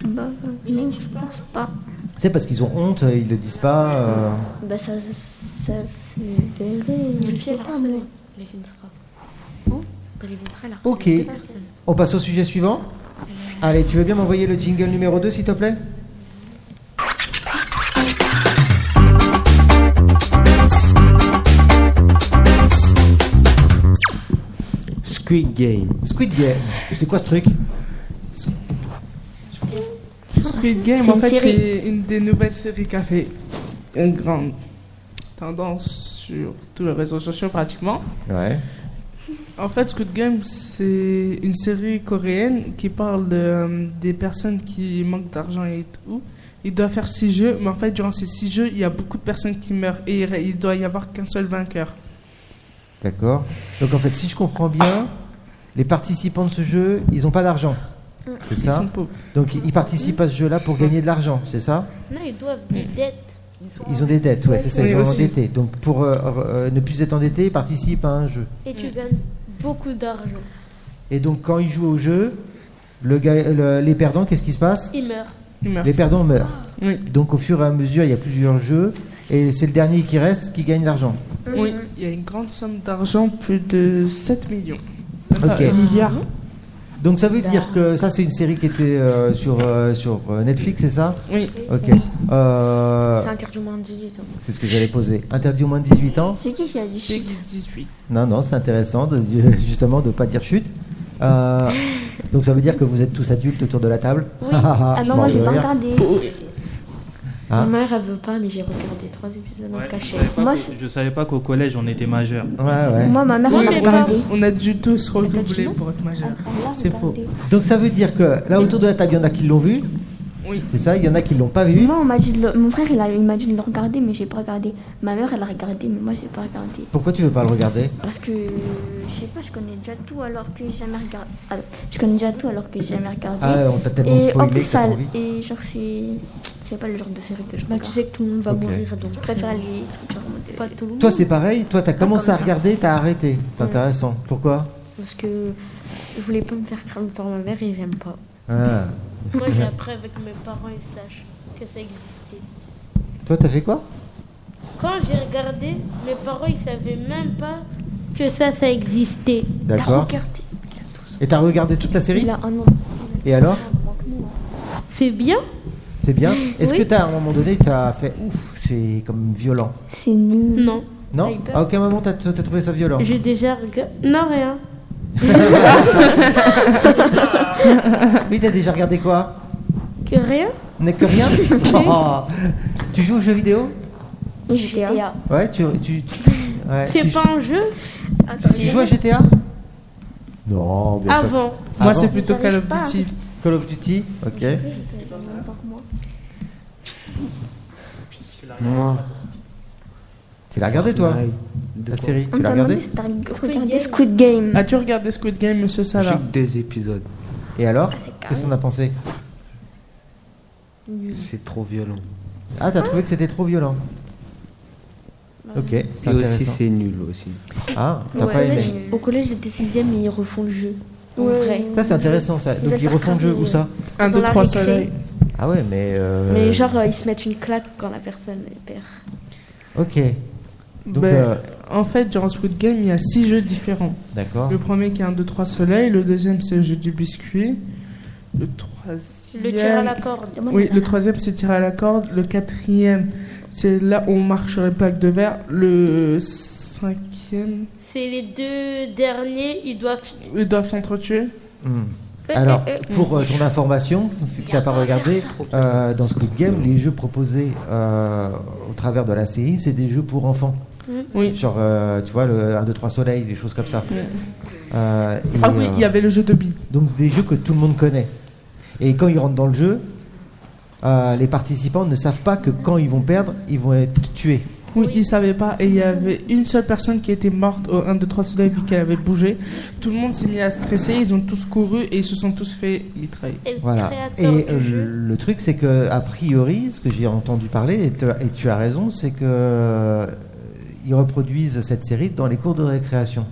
Bah, non, je pense pas. C'est parce qu'ils ont honte, euh, ils le disent pas. euh, Bah, ça, ça se verrait. Une je fille, sais elle a pas, harcelé. moi. Les filles de frappe. Oh, Dans les vitres, elle a Ok. harcelé deux personnes. On passe au sujet suivant Allez, tu veux bien m'envoyer le jingle numéro 2, s'il te plaît Squid Game. Squid Game. C'est quoi ce truc Squid Game, C'est en une fait, série. c'est une des nouvelles séries qui a fait une grande tendance sur tous les réseaux sociaux pratiquement. Ouais. En fait, Squid Game, c'est une série coréenne qui parle euh, des personnes qui manquent d'argent et tout. Ils doivent faire six jeux, mais en fait, durant ces six jeux, il y a beaucoup de personnes qui meurent et il re- il doit y avoir qu'un seul vainqueur. D'accord. Donc en fait, si je comprends bien, les participants de ce jeu, ils n'ont pas d'argent. C'est Ils ça sont pauvres. Donc ils participent à ce jeu-là pour gagner de l'argent, c'est ça Non, ils doivent des dettes. Ils ont des dettes, ouais, c'est ça, ils Oui, sont aussi. endettés. Donc pour euh, euh, ne plus être endettés, ils participent à un jeu. Et Mm. tu gagnes beaucoup d'argent. Et donc quand ils jouent au jeu, le gars- le- les perdants, qu'est-ce qui se passe Ils meurent. Ils meurent. Les perdants meurent. Oui, Donc au fur et à mesure, il y a plusieurs jeux, et c'est le dernier qui reste qui gagne l'argent. oui, il y a une grande somme d'argent, plus de 7 millions. Ok. Un milliard. Donc ça veut dire que ça, c'est une série qui était euh, sur, euh, sur euh, Netflix, c'est ça Oui, Ok. Euh, C'est interdit au moins de 18 ans. c'est ce que j'allais poser. Interdit au moins de 18 ans C'est qui qui a dit j'ai shit 18. Non, non, c'est intéressant de, justement de ne pas dire chute. Euh, donc ça veut dire que vous êtes tous adultes autour de la table Oui. Ah non, Bah, moi j'ai pas regardé. Ah. Ma mère, elle veut pas, mais j'ai regardé trois épisodes en Ouais, je cachette. savais pas Moi, qu'au- je savais pas qu'au collège on était majeur. Ouais, ouais. Moi, ma mère Oui, elle mais a pas- regardé. On a dû tous t'as dit redoubler non pour être majeur. Elle a C'est faux. regardé. Donc ça veut dire que là autour de la table, il y en a qui l'ont vu, Oui, c'est ça Il y en a qui l'ont pas vu. Moi, on m'a dit de le- mon frère, il, a- il m'a dit de le regarder, mais j'ai pas regardé. Ma mère, elle a regardé, mais moi, j'ai pas regardé. Pourquoi tu veux pas le regarder Parce que, je sais pas, je connais déjà tout alors que j'ai jamais regardé. Ah, je connais déjà tout alors que j'ai jamais regardé. Ah, on t'a tellement et en spoilé plus, que t'as ça, pas envie. et genre, c'est. C'est pas le genre de série que je Bah, regarde. tu sais que tout le monde va Ok. mourir, donc Je préfère les trucs genre en mode- pas tout le monde. Toi, c'est pareil. Toi, t'as commencé comme à ça. regarder, t'as arrêté. C'est Ouais. intéressant. Pourquoi Parce que je voulais pas me faire cramer par ma mère et j'aime pas. ah. Moi, j'ai appris avec mes parents, ils sachent que ça existait. Toi, t'as fait quoi Quand j'ai regardé, mes parents, ils savaient même pas que ça, ça existait. D'accord. Regardez. Et t'as regardé toute la série Il a un an. Et alors C'est bien C'est bien. Est-ce Oui. que t'as à un moment donné, t'as fait ouf, c'est comme violent C'est nul. Non. T'as Non eu peur À aucun moment t'as t'as trouvé ça violent J'ai déjà regardé. Non, rien. Oui, t'as déjà regardé quoi Que rien N'est que rien Oh. Tu joues aux jeux vidéo GTA. Ouais, tu. tu, tu- ouais, C'est Eh, tu- pas un jeu Tu joues à GTA Non, bien sûr. avant. Ah moi bon c'est plutôt Call of pas. Duty. Call of Duty Ok. Moi. Tu l'as regardé toi pareil. La Bah, série, On tu l'as Ah, t'a regardée demandé si t'as regardé Squid Game. As-tu regardé Squid Game, monsieur J'ai Salah que deux épisodes. Et alors c'est carré. Qu'est-ce qu'on a pensé C'est trop violent. Ah, t'as trouvé que c'était trop violent Ok, c'est Et aussi, intéressant. c'est nul aussi. Ah, t'as Ouais, pas au aimé. collège- Au collège, j'étais 6ème et ils refont le jeu. En Ouais. vrai. Ça, c'est intéressant ça. Donc, veulent ils faire refont le jeu, craquer, où ça Un, Dans deux, la trois récré. soleils. Ah ouais, mais. euh, Mais genre, euh, ils se mettent une claque quand la personne elle perd. Ok, Donc, Ben, euh, En fait, durant Squid Game, il y a six jeux différents. d'accord. Le premier qui est un 2, 3 soleil, le deuxième c'est le jeu du biscuit, le troisième... Le tir à la corde. Oui, le troisième c'est tir à la corde, le quatrième c'est là où on marque sur les plaques de verre, le cinquième... C'est les deux derniers, ils doivent. Ils doivent s'entretuer. Hmm. Euh, Alors, euh, euh, pour euh, ton information, vu que tu n'as pas regardé, euh, dans Squid Game, les jeux proposés euh, au travers de la série, c'est des jeux pour enfants. Oui. Genre, euh, tu vois, le 1, 2, 3 soleil, des choses comme ça. Euh, et, Ah oui, il y euh, avait le jeu de billes. Donc, des jeux que tout le monde connaît. Et quand ils rentrent dans le jeu, euh, les participants ne savent pas que quand ils vont perdre, ils vont être tués. Oui, ils savaient pas et il y avait une seule personne qui était morte au 1, 2, 3 soleil vu qu'elle avait bougé. Tout le monde s'est mis à stresser, ils ont tous couru et ils se sont tous fait mitrailler. Et le Voilà. Et créateur euh, du jeu. le truc, c'est que a priori, ce que j'ai entendu parler, et, te- et tu as raison, c'est que euh, ils reproduisent cette série dans les cours de récréation.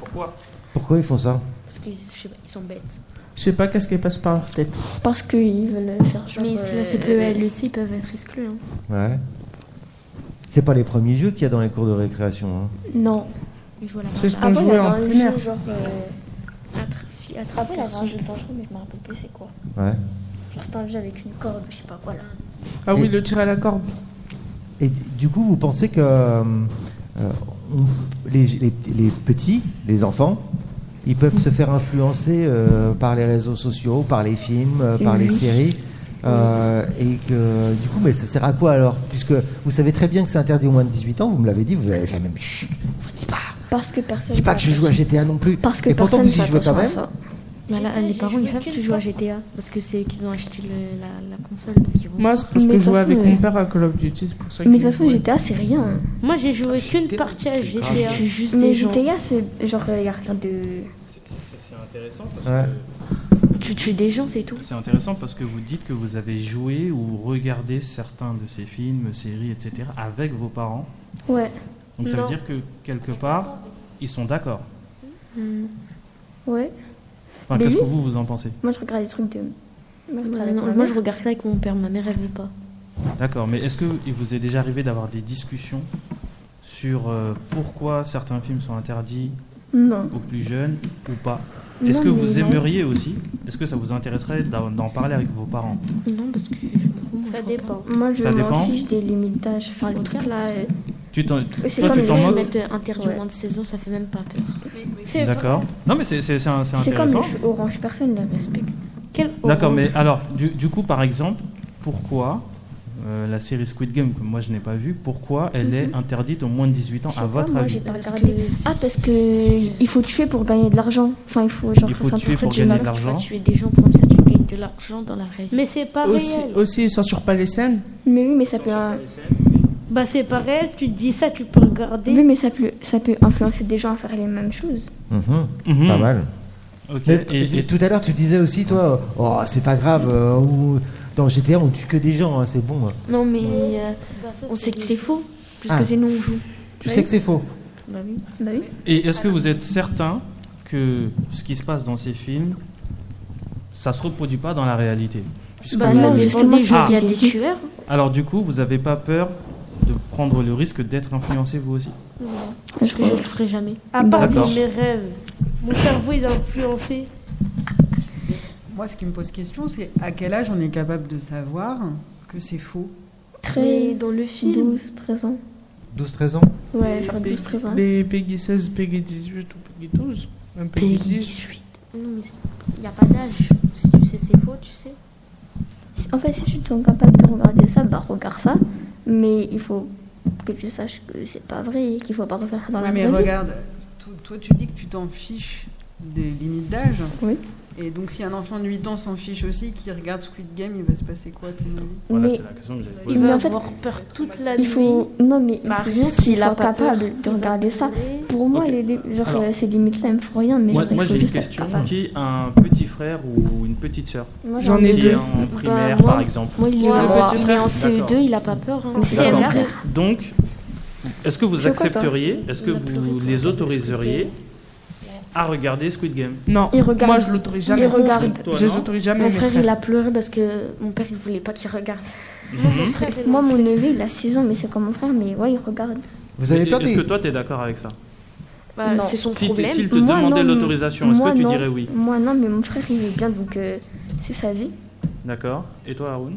Pourquoi Pourquoi ils font ça Parce qu'ils je sais pas, ils sont bêtes. Je sais pas qu'est-ce qui passe par leur tête. Parce qu'ils veulent faire genre. Mais si la euh, CPE aussi, ils peuvent être exclus. hein. Ouais. C'est pas les premiers jeux qu'il y a dans les cours de récréation. hein. Non. Ils jouent à la C'est ce barre. qu'on Avant, il y jouait avait en un primaire. jeu genre. euh, Attrape- attrape Après, il y avait un personne. jeu dangereux, mais je me rappelle plus c'est quoi. Ouais. Genre, c'était un jeu avec une corde ou je sais pas quoi là. Ah Et- oui, le tir à la corde. Et du coup, vous pensez que euh, euh, on- les, les- les petits, les enfants, ils peuvent se faire influencer euh, par les réseaux sociaux, par les films, euh, par les séries euh, et que du coup, mais ça sert à quoi alors Puisque vous savez très bien que c'est interdit aux moins de 18 ans, vous me l'avez dit, vous avez fait même chut, vous dites pas, Parce que personne. dites pas que je joue à GTA non plus. Parce que et pourtant personne vous y fait jouez quand attention à même. ça. Bah là, Putain, les j'ai parents, ils joué savent que tu qu'une joues à fois. GTA. Parce que c'est qu'ils ont acheté le- la, la console. Donc ils vont... Moi, c'est parce Mais que de je jouais toute avec façon, mon euh, père à Call of Duty, c'est pour ça que Mais de j'ai toute façon, joué. GTA, c'est rien. Moi, j'ai Ah, joué qu'une partie à GTA. tu juste Mais des gens. GTA, c'est genre, il y a rien de. C'est- c'est- C'est intéressant parce Ouais. que. Tu tues des gens, c'est tout. C'est intéressant parce que vous dites que vous avez joué ou regardé certains de ces films, séries, etc. avec vos parents. Ouais, Donc ça Non. veut dire que quelque part, ils sont d'accord. Hmm. ouais. Enfin, Mais qu'est-ce que oui. vous vous en pensez Moi, je regarde des trucs de. Moi, je regarde avec Non, ma moi, mère. je regarde ça avec mon père. Ma mère, elle veut pas. D'accord, mais est-ce que il vous est déjà arrivé d'avoir des discussions sur euh, pourquoi certains films sont interdits Non. aux plus jeunes ou pas Est-ce Non, que mais vous non. aimeriez aussi Est-ce que ça vous intéresserait d'en d'en parler avec vos parents Non, parce que je m'en fous, moi, Ça je dépend. Moi, je Ça m'en dépend. fiche des limitages. Enfin, le truc là. euh, Tu t'en, c'est toi, comme tu les t'en jeux. regarde. moques Mettre interdit Ouais. au moins de 16 ans, ça fait même pas peur. C'est vrai. D'accord. Non, mais c'est, c'est- c'est un- c'est C'est comme intéressant. les jeux orange, personne ne les respecte. Quel horreur. D'accord, mais alors, du, du coup, par exemple, pourquoi euh, la série Squid Game, que moi je n'ai pas vue, pourquoi elle est interdite aux moins de 18 ans, Mhm. Je sais à pas, votre Ah, moi, avis j'ai pas Parce regardé. que Ah, parce que il faut tuer pour gagner de l'argent. Enfin, il faut genre Il faut c'est un tuer truc pour de gagner de malade. l'argent. Tu tuer des gens pour comme ça, tu gagnes de l'argent dans la vraie vie. Mais c'est pas Aussi, réel. aussi, ils censurent pas les scènes. Hein Mais oui, mais ça peut. euh, Bah, c'est pas réel, tu te dis ça, tu peux regarder. Oui, mais ça peut, ça peut influencer des gens à faire les mêmes choses. Mhm, Mhm. Pas mal. Ok, Mais- et- et, et- tout à l'heure, tu disais aussi, toi, oh, c'est pas grave, euh, ou- dans GTA, on tue que des gens, hein, c'est bon. hein. Non, mais euh, Bah, ça, on sait que c'est faux. Puisque Ah. c'est nous, on joue. Tu sais que c'est faux. Bah oui. Bah oui. Et est-ce que vous êtes certain que ce qui se passe dans ces films, ça se reproduit pas dans la réalité Puisque- Bah non, là, mais justement, c'est il y a des des jeux. tueurs. Alors du coup, vous n'avez pas peur de prendre le risque d'être influencé vous aussi Parce que je le ferai jamais. À part D'accord. dans mes rêves. Mon cerveau, il est influencé. Moi, ce qui me pose question, c'est à quel âge on est capable de savoir que c'est faux Très dans le 12, 13 ans. 12-13 ans Ouais, genre 12, 13 ans. Mais Peggy 16, Peggy 18 ou Peggy 12. Même Peggy Peggy 10. 18. Non, mais il n'y a pas d'âge. Si tu sais, c'est faux, tu sais. En fait, si tu te sens capable de regarder ça, bah regarde ça. Mais il faut que tu saches que c'est pas vrai et qu'il faut pas refaire ça dans Ouais, la mais vraie vie. regarde, to- toi, tu dis que tu t'en fiches des limites d'âge. Oui. Et donc, si un enfant de 8 ans s'en fiche aussi, qui regarde Squid Game, il va se passer quoi, à ton avis Voilà, Mais- c'est la question que j'avais Il posée. Mais va en fait, avoir peur toute la nuit. Il faut. Non, mais il Bah, faut rien juste qu'il s'il a soit pas peur, capable de il va regarder ça. pleurer. Pour moi, Ok. les, les- genre, Alors. euh, ces limites-là, elles me font rien. Mais Moi, genre, il moi, faut j'ai une juste être question. capable. Qui a un petit frère ou une petite sœur Moi, J'en ai Qui est deux. Bah, en primaire, moi- par exemple. Moi, il, est, Wow. en- Le petit il est en frère. CE2, D'accord. il a pas peur. hein. En Il a CM2. peur. Donc, est-ce que vous Je suis contente. accepteriez, est-ce que Il a pleuré vous quand les il a autoriseriez à regarder Squid Game Non, Il regarde. moi je l'autorise jamais. Il regarde. Toi, Je les non autorise jamais. Mon mes frère, frères. il a pleuré parce que mon père, il voulait pas qu'il regarde. Mhm. Moi, mon neveu, il a 6 ans, mais c'est comme mon frère, mais ouais, il regarde. Vous avez Et- peur Est-ce des... que toi, tu es d'accord avec ça Bah, Non. c'est son Si- problème. S'il te Moi, demandait non, l'autorisation, est-ce moi, que tu non. dirais oui Moi, non, mais mon frère, il est bien, donc euh, c'est sa vie. D'accord. Et toi, Haroun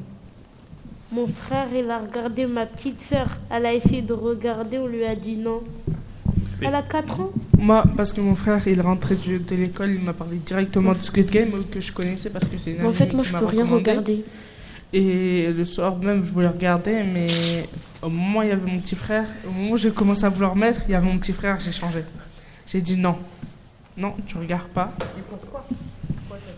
Mon frère, il a regardé ma petite sœur. Elle a essayé de regarder, on lui a dit non. Mais- Elle a 4 ans. Moi, parce que mon frère, il rentrait du- de l'école, il m'a parlé directement de Squid Game euh, que je connaissais parce que c'est une Mais en amie fait, moi, qui je m'a peux rien recommandé. regarder. Et le soir même, je voulais regarder, mais au moment où il y avait mon petit frère, au moment où j'ai commencé à vouloir mettre, il y avait mon petit frère, j'ai changé. J'ai dit non. Non, tu regardes pas.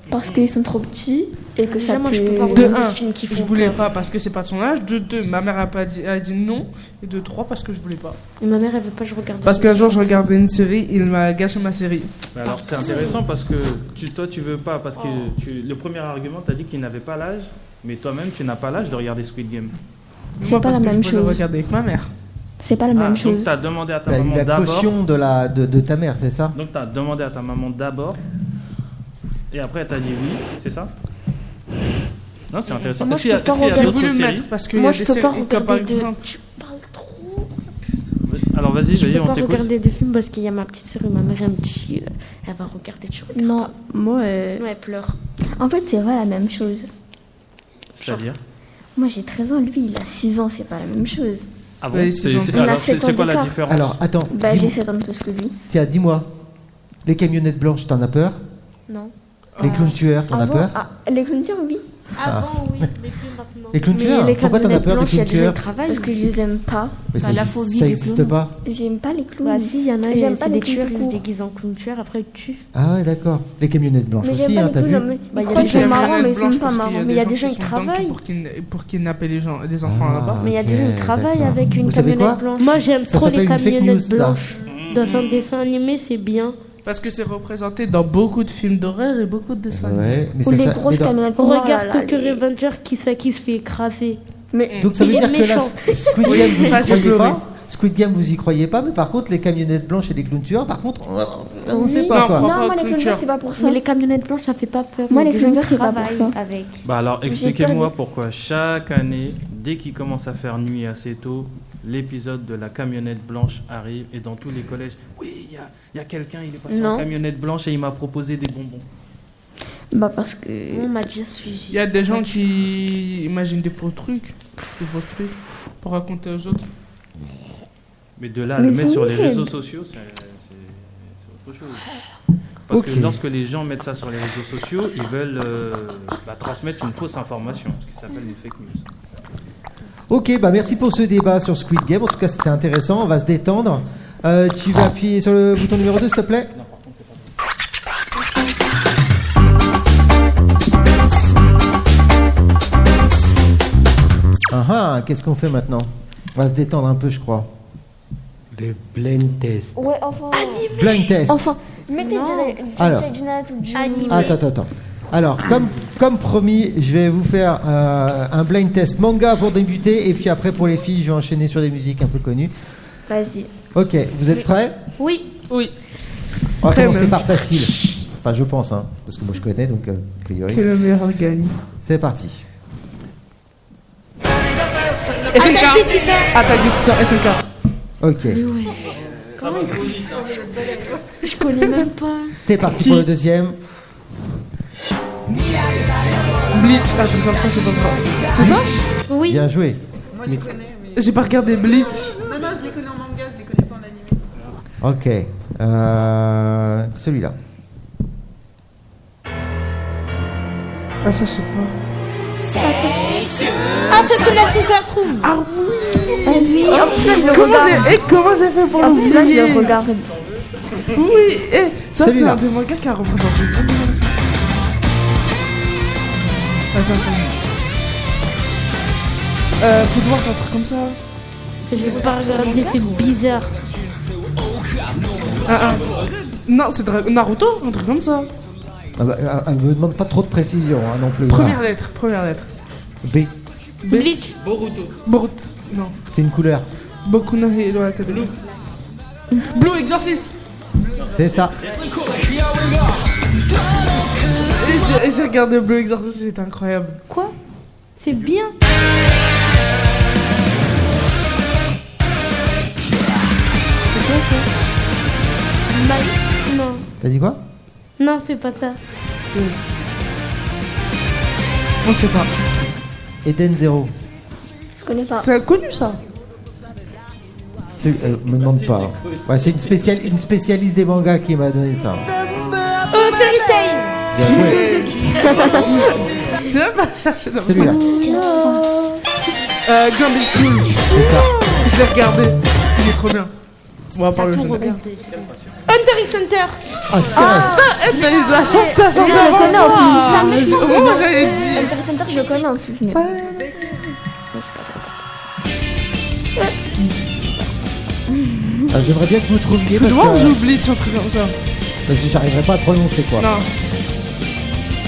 Parce qu'ils sont trop petits et que ça Déjà, moi, peut... je peux pas De regarder un, des films qui je font voulais peur. pas parce que c'est pas de son âge. De deux, ma mère a, pas dit, a dit non. Et de trois, parce que je voulais pas. Et ma mère, elle veut pas que je regarde. Parce qu'un jour, je regardais une série, il m'a gâché ma série. Mais Bah, Alors c'est intéressant parce que tu, toi tu veux pas parce que tu, le premier argument t'as dit qu'il n'avait pas l'âge mais toi-même tu n'as pas l'âge de regarder Squid Game. Mais C'est moi, pas parce la que même je voulais chose. regarder avec ma mère. C'est pas la Ah, même donc chose. t'as demandé à ta T'as eu maman la d'abord. caution de, la, de, de ta mère, c'est ça Donc t'as demandé à ta maman d'abord Et après, t'as dit oui, c'est ça Non, c'est intéressant. Moi, Est-ce je qu'il y a, peux pas est-ce qu'il y a J'ai regarder. d'autres voulu le séries mettre parce que Moi, y je a des peux pas séries- comme par regarder de... exemple, Tu parles trop. Alors vas-y, je vas-y, peux on pas t'écoute. regarder de films parce qu'il y a ma petite soeur et ma mère, elle me dit, euh, elle va regarder, tu regardes Non, moi. pas. euh, Sinon, elle pleure. En fait, c'est pas la même chose. C'est-à-dire Moi, j'ai 13 ans, lui, il a 6 ans, c'est pas la même chose. Ah Ouais, bon c'est C'est- gentil. c'est- On a alors, C'est sept c'est ans quoi la d'écart. différence Alors, attends. Bah, dis- j'ai 7 ans de plus que lui. Tiens, dis-moi. Les camionnettes blanches, t'en as peur Non. Ah. Les clowns tueurs, t'en as Avant- peur ah, Les cultures, oui. ah. Avant, oui, mais plus maintenant. Les clowns tueurs Pourquoi t'en as camionnettes peur des blanches, il y a clowns des gens tueurs qui Ah, travaillent. Parce que je les aime pas. Mais ça Bah, la existe- phobie ça des n'existe clowns. pas. J'aime pas les clowns. Bah si, il y en a, J'aime et pas c'est les des clowns tueurs, tout ils se court. déguisent en clown tueur, après ils te tuent. Ah ouais, d'accord. Les camionnettes blanches Mais j'aime aussi, pas hein, les t'as clowns. vu non, mais- Bah, Ils il y a croient des que c'est gens- marrant, mais Planète ils sont Blanche, pas parce qu'il marrants. Mais il y a des gens qui qui sont dingues travaillent. Pour kidna- pour kidnapper les gens, des enfants Ah, là-bas. Mais il y a des ok, gens qui travaillent d'accord. avec une Vous savez camionnette quoi blanche. Moi, j'aime Ça trop les s'appelle une fake news, camionnettes ça. blanches. Dans un dessin animé, c'est bien. Parce que c'est représenté dans beaucoup de films d'horreur et beaucoup de dessins. animés. Ouais, mais Ou c'est les ça. mais grosses dans- camionnettes. On Oh là regarde là, que les- Revenger qui, ça, qui se fait écraser. Mais Donc ça veut Il est dire que la méchant. Squid Game, vous Ça, y j'ai croyez pleuré. pas Squid Game, vous y croyez pas, mais par contre, les camionnettes blanches et les clowns tueurs, par contre, on- on ne sait Oui. pas Non, quoi. prends- Non, moi, les Culture. clowns, c'est pas pour ça. Ah Mais les camionnettes blanches, ça fait pas peur. Moi, Il y a les des gens clowns, qui c'est pas pour travaillent ça. avec. Bah alors, J'ai expliquez-moi perdu. pourquoi chaque année, dès qu'il commence à faire nuit assez tôt, l'épisode de la camionnette blanche arrive et dans tous les collèges, oui, il y a, il y a quelqu'un, il est passé en Non. camionnette blanche et il m'a proposé des bonbons. Bah, parce que. On m'a déjà Il suivi. y a des gens qui imaginent des faux trucs, des faux trucs pour raconter aux autres. Mais de là à Mais le mettre vous sur les voulez- réseaux sociaux, c'est c'est- c'est autre chose. Parce Ok. que lorsque les gens mettent ça sur les réseaux sociaux, ils veulent euh, bah, transmettre une fausse information, ce qui s'appelle une fake news. Ok, bah merci pour ce débat sur Squid Game. En tout cas, c'était intéressant. On va se détendre. Euh, tu vas appuyer sur le bouton numéro 2, s'il te plaît. Ah ah, qu'est-ce qu'on fait maintenant On va se détendre un peu, je crois. Le blind test. Ouais, enfin. Blind test. Enfin, mettez Non. Alors. Jack Jack ou Joe. Animé. Attends, attends, attends. Alors, comme, comme promis, je vais vous faire euh, un blind test manga pour débuter, et puis après pour les filles, je vais enchaîner sur des musiques un peu connues. Vas-y. Ok, vous êtes prêts Oui, Oui. On va Prêt, commencer même. par facile. Enfin, je pense, hein, parce que moi je connais, donc euh, a priori. le meilleur gagne. C'est parti. Ah, SNK Attaque des titans, SNK Ok, Je connais même pas. c'est parti pour le deuxième. Bleach, ah, c'est comme ça, c'est pas grave. C'est ça oui. Bien joué. Moi, je connais, mais. J'ai pas regardé Bleach. Non, non, je les connais en manga, je les connais pas en animé. Ok. euh, Celui-là. Ah, ça, je sais pas. Ah, c'est que la petite Classroom. Ah, Comment j'ai, eh, comment j'ai fait pour En plus, là, je l'oublier le regarde. Oui, eh, ça, c'est Celui-là. un des mangas qui a représenté. Ah, non, non, c'est- Attends, attends. Euh, Football, c'est un truc comme ça. Je vais pas regarder, c'est bizarre. Ah, ah. Non, c'est Dra- Naruto, un truc comme ça. Ah bah, ah, ah, me demande pas trop de précision hein, non plus. Première lettre, première lettre. Ah, B, Bleach, Boruto. Non. c'est une couleur. Boku no Hero Academy. Blue Exorcist C'est ça. Et j'ai- et J'ai regardé Blue Exorcist, c'était incroyable. quoi C'est bien. C'est quoi ça Ma- Non, T'as dit quoi non, fais pas ça. On sait pas. Eden Zero. Je connais pas. C'est connu ça Tu- euh, me demande pas. hein. Ouais, c'est une, spécial, une spécialiste des mangas qui m'a donné ça. Oh, Fairy Tail. Bien joué. J'ai même pas cherché dans Celui-là. Euh, Gambit School. C'est ça. Je l'ai regardé. Il est trop bien. On va parler de Tout film. regardé. Hunter x Hunter. Ah, tiens. Eh, t'as eu de la chance, t'as Je le ça. connais en Ah, mais Au moment où j'allais dire. plus. Hunter x Hunter, je le connais en plus. mais- Ah, J'aimerais bien que vous trouviez parce Football, que, j'oublie un truc comme ça. parce que j'arriverai pas à prononcer quoi. Non.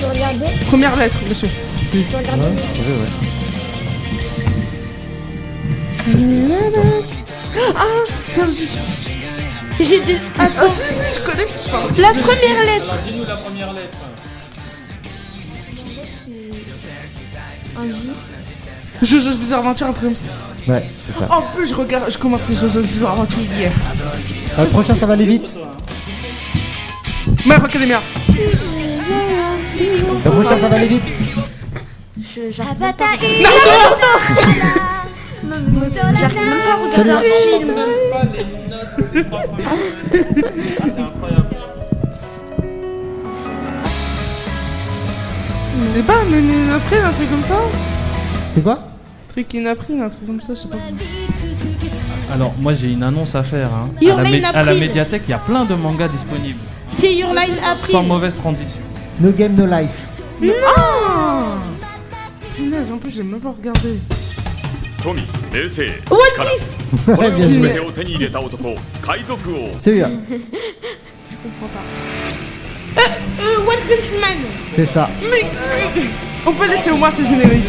Je regardais. Première lettre, monsieur. Ouais, si tu veux, ouais. Ça me dit- J'ai des- Ah, si, si, je connais. Pardon. La première lettre. Dis-nous la première lettre. un J. Jojo's Bizarre Adventure, un truc comme ça. Ouais, c'est ça. En plus, je regarde, je commençais Jojo's Bizarre Adventure hier. Euh, le prochain, ça va aller vite. My Hero Academia. Le prochain, ça va aller vite. Je- Non, j'arrive- non, non. J'arrive même pas à regarder Celui-là. un film. C'est pas mais une après, un truc comme ça C'est quoi Truc inaprime, un truc comme ça, je sais pas. Alors, moi j'ai une annonce à faire. hein. Il y À, en la a mé- une à la April. médiathèque, il y a plein de mangas disponibles. C'est Your Line Sans April. mauvaise transition. No Game, No Life. Punaise, en plus, j'ai même pas regardé. 富名声力こ Ouais, れ bien を全 joué. てを手に入れた男海賊王 Celui-là, Euh, One Punch Man. c'est ça. On peut laisser au moins ce générique.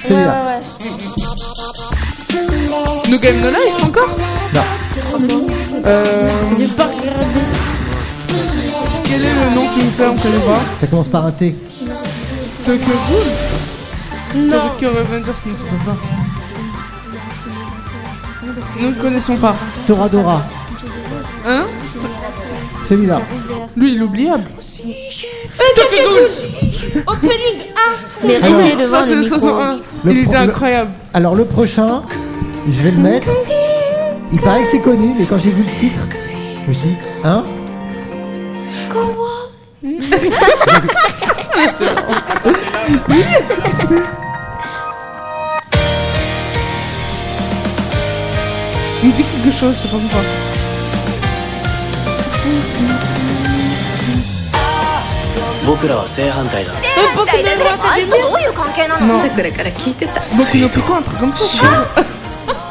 Celui-là. No Game No Life encore Non. Euh. Quel est le nom s'il vous plaît On connaît pas. Ça commence par un T. Tokyo Ghoul Non. Tokyo Revengers, non, c'est pas ça. Nous ne connaissons pas. Toradora. Hein Celui-là. Lui, il est oubliable. Tokyo Ghoul Opening Euh, 1. Mais Alors- restez devant Ça, c'est le le micro. 501. Le Il était pro- le- incroyable. Alors le prochain, je vais le mettre. Il paraît que c'est connu, mais quand j'ai vu le titre, je me suis dit, hein Il me dit quelque chose, je sais pas pourquoi. Boku Euh, Boku no Hero Academia. no Pico, un truc comme ça.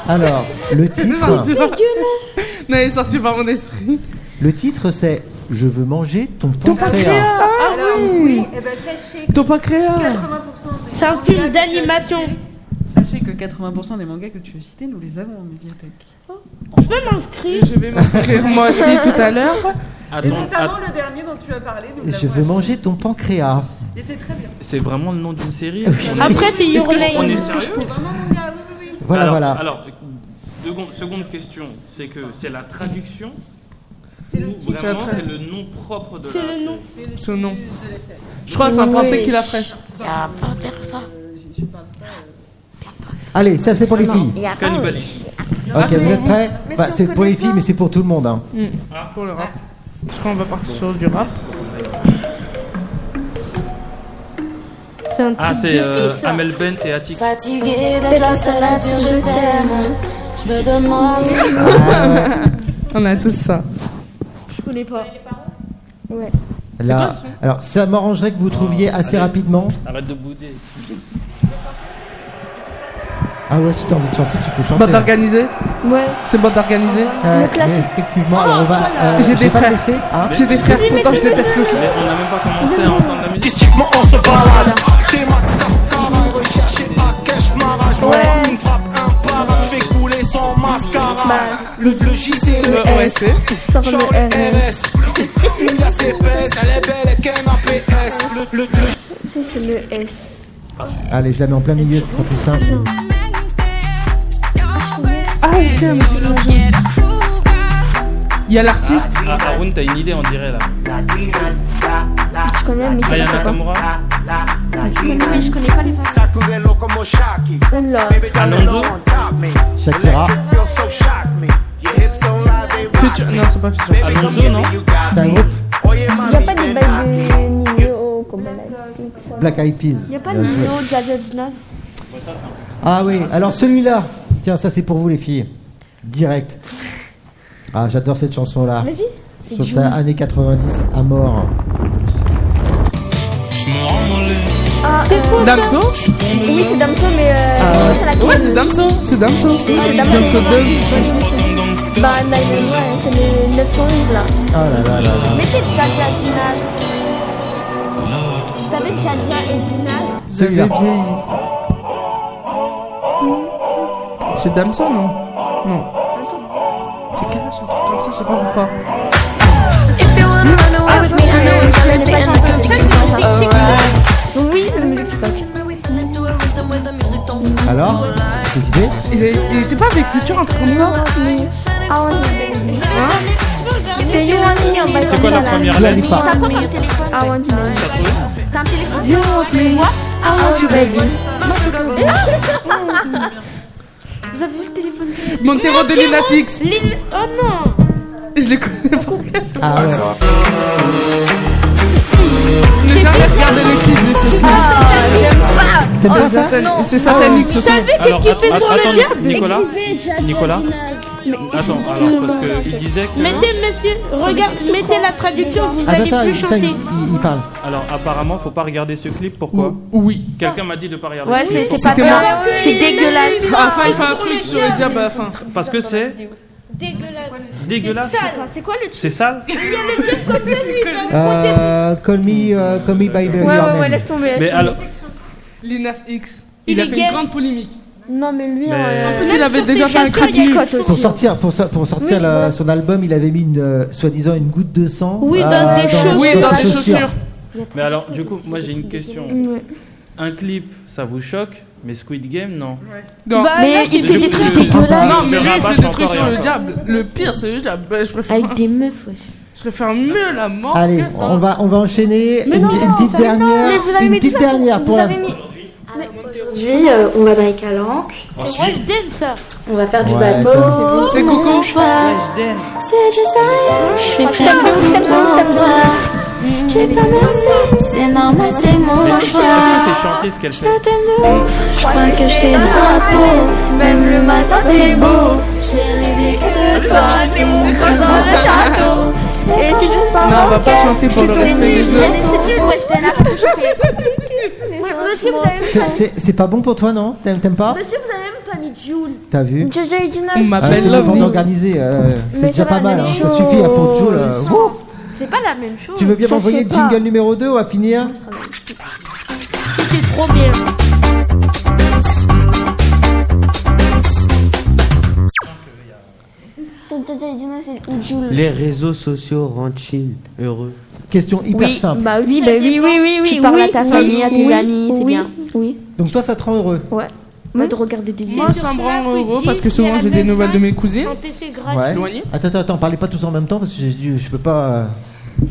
Alors, le Il est sorti titre, par- Non, il est sorti par mon esprit. le titre c'est Je veux manger ton pancréas. Alors, oui, eh ben, sachez, que Ah Topacrea 80% des C'est un mangas film que- d'animation. Sachez que 80% des mangas que tu as cités, nous les avons en médiathèque. Je peux m'inscrire. Je vais m'inscrire moi aussi tout à l'heure. Attends, att- le dernier dont tu as parlé, nous Je veux manger ton pancréas. Et c'est très bien. c'est vraiment le nom d'une série Après, c'est Your Est-ce que je- on est Name. sérieux Voilà, alors, voilà. Alors, seconde, seconde question, c'est que c'est la traduction C'est ou le titre. C'est la vraiment tra- c'est le nom propre de la C'est le nom. série Ce nom. Je crois que c'est un français qui l'a fait. Ah, pas faire ça. Allez, ça c'est pour les filles. Il y a pas- Cannibalisme. Ok, c'est vous pour êtes vous. prêts Mais Bah, si on C'est pour connaît les filles, pas. mais c'est pour tout le monde. hein. Pour le rap. Je crois qu'on va partir sur du rap. C'est un Ah, truc c'est de euh, fils. Amel Bent et Attic. Fatiguée d'être la seule à dire je t'aime. Je me demande si On a tous ça. Je connais pas. Là- alors, ça m'arrangerait que vous trouviez assez Oh, allez. rapidement. Arrête de bouder. Ah ouais, si t'as envie de chanter, tu Bah, peux chanter. Bande organisée Ouais. C'est bande organisée Ouais, Le classique. mais Effectivement, Oh, alors on va. euh, J'ai je des vais pas frères. le laisser, hein. J'ai des frères, pourtant je déteste le son. Mais on n'a même pas commencé à entendre la musique. Le OSC. Sors le RS. Tu sais, c'est le S. Allez, je la mets en plein milieu, ce sera plus simple. Ah, ici, un petit peu. Il y a l'artiste. Ah, Haroun, t'as une idée, on dirait là. Je connais, mais je Aya sais pas. Nakamura, Je connais, mais je connais pas les paroles. Oula. Alonso, Shakira, Future- Non, c'est pas Future. Alonso, non c'est un groupe Il n'y a pas des bails de Nino comme la Black Eyed Peas. Il n'y a pas Bien le joué. Nino Gadget 9. Ah oui, alors celui-là. Tiens, ça c'est pour vous les filles. Direct. Ah, j'adore cette chanson-là. Vas-y. Sauf ça, années 90 à mort. Ah, c'est fou. Damso Oui, c'est Damso, mais. Euh, comment Ouais, ça l'appelle c'est Damso. C'est Damso. Oui, c'est Damso. Bah, là, le- ouais, c'est le 911 là. Oh là là là là. Mais c'est Jaja Dinaz. Tu savais Jaja et Dinaz Celui-là. La vieille. C'est Damso, non Non. C'est Kalash, un truc comme ça, je sais pas pourquoi. Ah, Je connais pas Jaja. Oui, c'est la musique qui passe. Alors T'es décidé Il est- il était pas avec Future un truc comme ça Ah, on est C'est You Want Me en bas. C'est quoi la première lettre lettre T'as quoi comme téléphone I Want You Baby. T'as un téléphone You Want Me. I Want You Baby. Vous avez vu le téléphone Montero de Lina Six. Lin- Oh non Je le connais pas. Ah ouais. Oh, Ne jamais regarder le clip de ceci. T'aimes Oh, pas ça c'est satan- C'est satanique ce son. Alors, att- att- attends, Nicolas Nicolas Attends, alors, parce qu'il disait que. Mettez, monsieur, regarde, mettez la traduction, vous Attends, allez attends, plus attends, il, chanter. il- il parle. Alors, apparemment, faut pas regarder ce clip, pourquoi Oui. Quelqu'un m'a dit de pas regarder Ouais, ce c'est- clip. c'est pas Pourquoi bien. C'est dégueulasse. Enfin, il fait un truc, j'aurais dit, ah bah, enfin. Parce que c'est Dégueulasse. dégueulasse. C'est sale. C'est quoi le C'est sale Il y a le chef comme ça, lui, il fait Euh, call me, euh, call me by the Ouais, ouais, ouais, laisse tomber. laisse Mais tomber. alors- Linas X. Il Il a est fait gay. une grande polémique. Non, mais lui, Mais- euh, En plus, même il avait sur déjà ses fait un chansons, il y a crapule. une Pour photo. sortir, pour, so- pour sortir Oui, la- voilà. son album, il avait mis une, euh, soi-disant une goutte de sang. Oui, dans euh, des chaussures. Oui, sur dans ses des chaussures. Mais alors, du coup, moi j'ai une question. Un clip, ça vous choque, mais Squid Game, non Non. Bah, Mais non, il c'est fait Du des coup, trucs je- dégueulasses. Non, je mais lui, il fait rabâche des encore trucs et sur le encore. diable. Le pire, c'est le diable. Bah, Je préfère, Avec des meufs, wesh. je préfère mieux la mort Allez, que ça. on va, on va enchaîner. Mais une, non, une non, petite enfin, non, mais dernière. vous avez une mis petite tout ça, dernière pour vous la. avez mis- Aujourd'hui, euh, on va dans les calanques, C'est Wesh Den, ça. on va faire du Ouais, bateau. C'est Coco. Ah. C'est du sérieux, je suis prête pour toi. Tu peux merci, c'est normal, c'est Mais Oh, mon Est-ce choix. que c'est chanté ce qu'elle fait Je t'aime de ouf, je crois que je t'aime dans la peau. Même le matin t'es beau, j'ai rêvé que de toi. T'es mon prince dans le château. Et tu joues pas Non, on va pas chanter pour le Toutes les respect nuits, des autres. c'est ton Wesh Den, après, je fais- Oui, Monsieur, vous avez C'est- C'est c'est pas bon pour toi, non T'aimes t'aimes pas Monsieur, vous avez même pas mis Jules. T'as vu Jojo et Dina, ah, On ben, m'appelle C'était bon Lovely. d'organiser. euh, C'est ça déjà va, pas la mal. même hein, Ça chose. suffit hein, pour Joule. euh, Ils sont- wouh. c'est pas la même chose. Tu veux bien Ça, m'envoyer je le sais pas. jingle numéro 2 On va finir. C'était trop bien. Sur Jojo et Dina, c'est ou Jules. Les réseaux sociaux rendent chill, heureux. Question hyper simple. Bah oui, bah oui, oui, oui, oui. Tu parles à ta famille, à tes amis, c'est bien. Oui. Donc toi, ça te rend heureux. Moi, de regarder des vidéos. Moi, ça me rend heureux parce que souvent j'ai des nouvelles de mes cousines. Un PF gratuit. Ouais. Éloigné. Attends, attends, attends, parlez pas tous en même temps parce que j'ai dû- je peux pas. euh,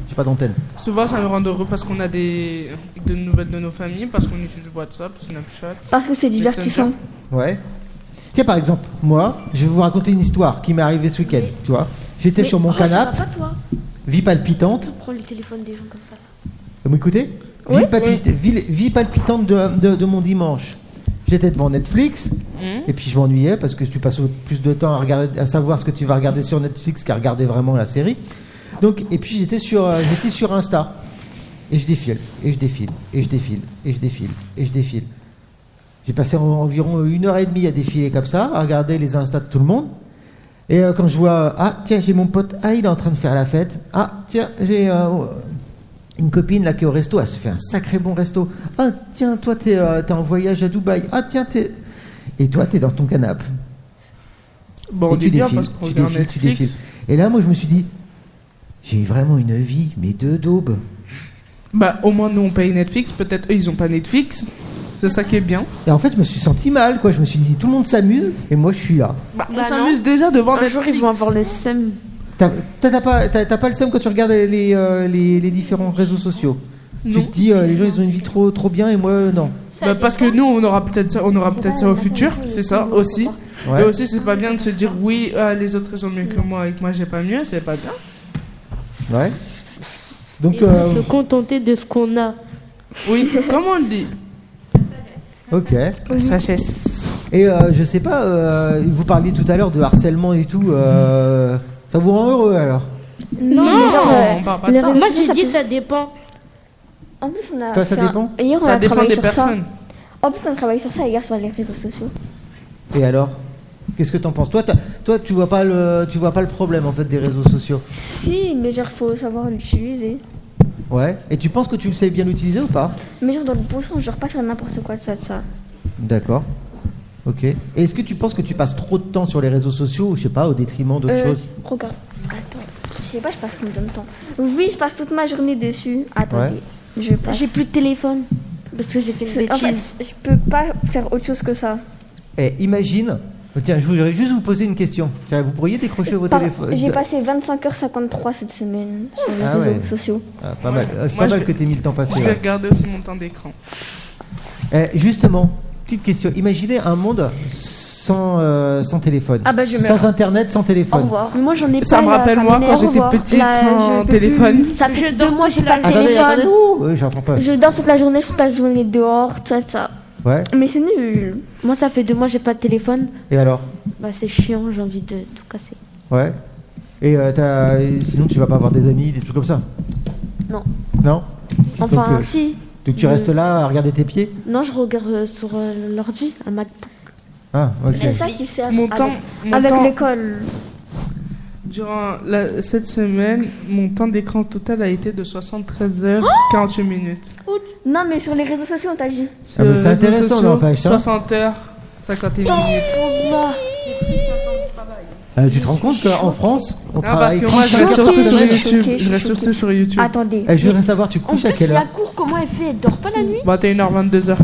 J'ai pas d'antenne. Souvent, ça me rend heureux parce qu'on a des, des nouvelles de nos familles, parce qu'on utilise WhatsApp, Snapchat. Parce que c'est divertissant. Ouais. Tiens, par exemple, moi, je vais vous raconter une histoire qui m'est arrivée ce week-end. Tu vois, j'étais sur mon Oh, ça va canapé, pas, toi vie palpitante. Prends le téléphone des gens comme ça. Vous m'écoutez vie, palpit- vie- vie palpitante de, de- de mon dimanche. J'étais devant Netflix Mhm. et puis je m'ennuyais parce que tu passes au- plus de temps à, regarder, à savoir ce que tu vas regarder sur Netflix qu'à regarder vraiment la série. Donc, et puis j'étais sur, euh, j'étais sur Insta et je défile, et je défile, et je défile, et je défile, et je défile. J'ai passé en- environ une heure et demie à défiler comme ça, à regarder les Insta de tout le monde. Et euh, quand je vois, euh, ah tiens, j'ai mon pote, ah il est en train de faire la fête, ah tiens, j'ai euh, une copine là qui est au resto, elle se fait un sacré bon resto, ah tiens, toi t'es euh, t'es en voyage à Dubaï, ah tiens, t'es. Et toi t'es dans ton canapé. Bon, Et on tu est bien défiles, parce qu'on tu regarde défiles, tu Netflix. défiles. Et là, moi je me suis dit, j'ai vraiment une vie, mais deux daubes. Bah, au moins, nous on paye Netflix. Peut-être eux ils ont pas Netflix. C'est ça qui est bien. Et en fait, je me suis senti mal, quoi. Je me suis dit, tout le monde s'amuse et moi je suis là. Bah, on Bah, s'amuse déjà devant Un Netflix. jour, ils vont avoir le seum. T'as t'as- t'as pas, t'as- t'as pas le seum quand tu regardes les, euh, les- les différents réseaux sociaux. Tu Non. te dis, euh, les gens, ils ont une vie trop, trop bien et moi, euh, non. Bah, parce que nous on aura peut-être ça, on aura peut-être ça au futur. C'est ça aussi. Ouais. Et aussi, c'est pas bien de se dire oui, ah, les autres ils ont mieux que moi et que moi j'ai pas mieux. C'est pas bien. Ouais. Donc, Il euh, faut se contenter de ce qu'on a. Oui, comment on le dit ok. Sagesse. Et euh, je sais pas, euh, vous parliez tout à l'heure de harcèlement et tout. euh, ça vous rend heureux alors Non, Non, mais genre, euh, on parle pas de les ça. réseaux Moi, sociaux, j'ai ça dit, peut- ça dépend. En plus, on a. Toi, ça fait un- dépend Hier, on Ça a dépend travaillé des sur ça. personnes. En plus, on travaille sur ça hier sur les réseaux sociaux. Et alors Qu'est-ce que t'en penses toi, t'as- toi, tu vois pas le, tu vois pas le problème en fait des réseaux sociaux. Si, mais genre, faut savoir l'utiliser. Ouais. Et tu penses que tu le sais bien l'utiliser ou pas Mais genre, dans le bon sens, genre, pas faire n'importe quoi de ça, de ça. D'accord. Ok. Et est-ce que tu penses que tu passes trop de temps sur les réseaux sociaux, ou je sais pas, au détriment d'autres Euh, choses Regarde. Attends. Je sais pas, je passe combien de temps. Oui, je passe toute ma journée dessus. Attendez. Je passe. J'ai plus de téléphone. Parce que j'ai fait une C'est- En bêtise. fait, je peux pas faire autre chose que ça. Eh, imagine. Tiens, je voudrais juste vous poser une question. Tiens, Vous pourriez décrocher vos Par- téléphones. J'ai passé 25h53 cette semaine sur les Ah réseaux ouais. sociaux. Ah, pas mal. Ah, C'est Moi, pas je mal vais- que t'aies mis le temps Je passé. vais ouais. regarder aussi mon temps d'écran. Eh, justement, petite question. Imaginez un monde sans, euh, sans téléphone. Ah bah, je sans meurs. internet, sans téléphone. Mais moi j'en ai Ça pas, me là, rappelle moi quand m'énerve. j'étais Au revoir. petite Là, sans je peux téléphone. plus. Ça fait deux mois que j'ai pas le Attendez, attendez. téléphone. Oui, j'entends pas. Je dors toute la journée, toute la journée dehors, tout ça, tout ça. Ouais. Mais c'est nul. Moi, ça fait deux mois que j'ai pas de téléphone. Et alors Bah, c'est chiant, j'ai envie de tout casser. Ouais. Et euh, t'as- sinon, tu vas pas avoir des amis, des trucs comme ça Non. Non Enfin, Donc, euh, si. Donc tu Je- restes là à regarder tes pieds Non, je regarde euh, sur euh, l'ordi, un MacBook. Ah, ok. C'est ça qui sert Mon avec- temps- mon avec temps- l'école. Durant la- cette semaine, mon temps d'écran total a été de 73 h 48 minutes. Euh, Non, mais sur les réseaux sociaux, on t'a dit. Ah, mais c'est réseaux intéressant, sociaux, n'empêche, hein. 60 h 51 minutes. Euh, tu te rends compte qu'en France, on Ah, parce travaille que moi, je 35 reste heures surtout par sur semaine YouTube. choquée, je Je reste suis choquée. surtout sur YouTube. Attendez. Eh, je voudrais savoir, tu En couches à plus, quelle la heure cour, comment elle fait Elle dort pas la nuit 21h, 22h.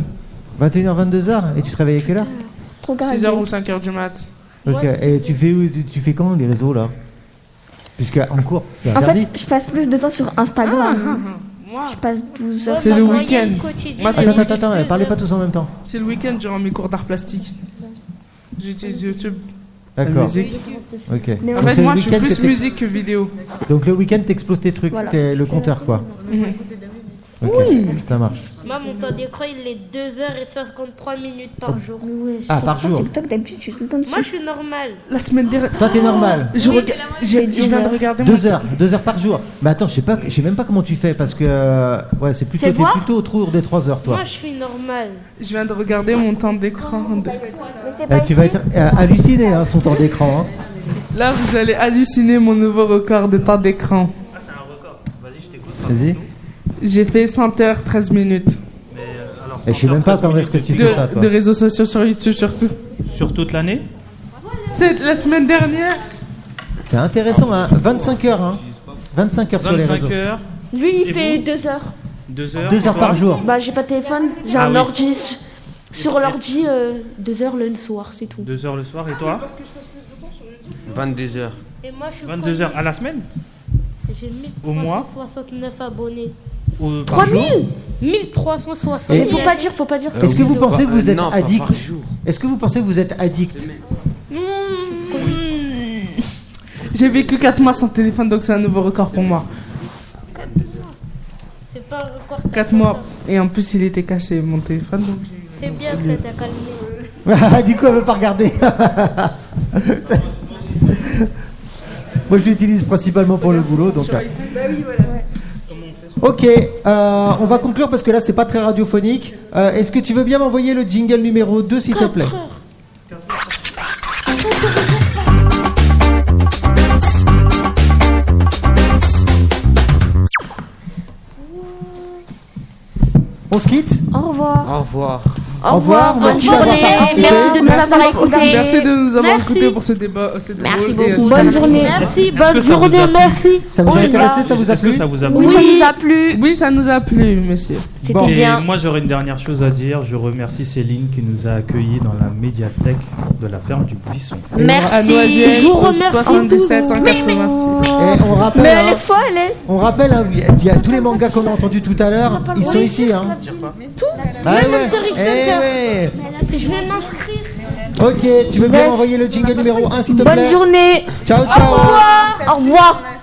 21h, 22h Et tu travailles à quelle heure Trop 6h ou 5h du mat. Ok. Et eh, tu fais, où- tu, tu fais quand les réseaux là Puisque en cours, c'est En interdit. fait, je passe plus de temps sur Ah, Instagram. Je passe 12 heures. C'est le week-end. Moi, c'est attends, le attends, week-end. attends, euh, parlez pas tous en même temps. C'est le week-end durant mes cours d'art plastique. J'utilise YouTube. la D'accord. musique. Ok. En Donc, c'est fait, le moi, je suis week-end que plus t'es- musique que vidéo. Donc le week-end, t'exploses tes trucs, Voilà. t'es le compteur quoi. Mhm. Ok, Ça marche. Moi, mon temps d'écran, il est 2h53 minutes par jour. Ah, par jour. d'habitude, tu es tout le temps Moi, je suis normale. La semaine dernière. Toi, t'es normal. Je, rega- j'ai- je viens de regarder mon Deux heures, deux heures par jour. Mais attends, je sais pas, je sais même pas comment tu fais parce que euh, ouais, c'est plutôt, Fais t'es voir. plutôt autour des trois heures, toi. je suis normale. Je viens de regarder mon temps d'écran. Euh, tu vas être euh, halluciné, hein, son temps d'écran. hein. Là, vous allez halluciner mon nouveau record de temps d'écran. Vas-y. J'ai fait 100h13 minutes Et Eh, je sais même pas quand est-ce que tu fais ça, de, toi. de réseaux sociaux sur YouTube surtout. Sur toute l'année C'est la semaine dernière. C'est intéressant, hein. 25 heures, hein. 25 heures sur les 25 réseaux. heures, Lui, il Et fait 2 heures. 2 heures. Deux heures toi par jour. Bah, j'ai pas de téléphone, j'ai Ah un oui. ordi. s- Sur l'ordi, 2 heures le soir, c'est tout. 2 heures le soir et toi 22h. Et moi, je suis 22 heures à la semaine J'ai Au mois 1369 abonnés. ou par jour 3000 1360. Et- Faut pas dire, faut pas dire. Est-ce que vous pensez que vous Euh, êtes non, pas addict par jour. Est-ce que vous pensez que vous êtes addict Mmh. J'ai vécu 4 mois sans téléphone, donc c'est un nouveau record pour moi. C'est pas un record. 4 mois. Et en plus, il était cassé, mon téléphone. donc j'ai- C'est bien, ça t'a calmé. Ah, Du coup, elle veut pas regarder. Moi, je l'utilise principalement pour le boulot, donc. euh, Bah Ok, euh, on va conclure parce que là, c'est pas très radiophonique. Euh, Est-ce que tu veux bien m'envoyer le jingle numéro 2, s'il te plaît On se quitte Au revoir. Au revoir. Au revoir, revoir, merci bonne d'avoir journée, participé. merci de nous Merci avoir beaucoup. écoutés. Merci de nous avoir Merci. écoutés pour ce débat. euh, c'est drôle Merci et, beaucoup. euh, Bonne journée. Merci, bonne que ça vous a journée, plu merci. Ça vous On a y intéressé va. Ça vous a Est-ce que plu ça vous a Oh Oui, plu ça nous a plu. Oui, ça nous a plu, messieurs. C'était Bon. Et bien. moi j'aurais une dernière chose à dire. Je remercie Céline qui nous a accueillis dans la médiathèque de la ferme du Buisson. À Noisiel, Merci. Je vous au remercie 77 tous. 186. Et on rappelle, Eh, Mais hein, elle est folle, elle. on rappelle hein, via, via tous les mangas qu'on a entendus tout à l'heure, ils sont ici. Hein. Ah Même ouais, Asterix eh Center. ouais. Je vais m'inscrire. Ok, tu veux bien m'envoyer le jingle numéro 1 s'il te plaît Bonne journée. Ciao, ciao Au revoir.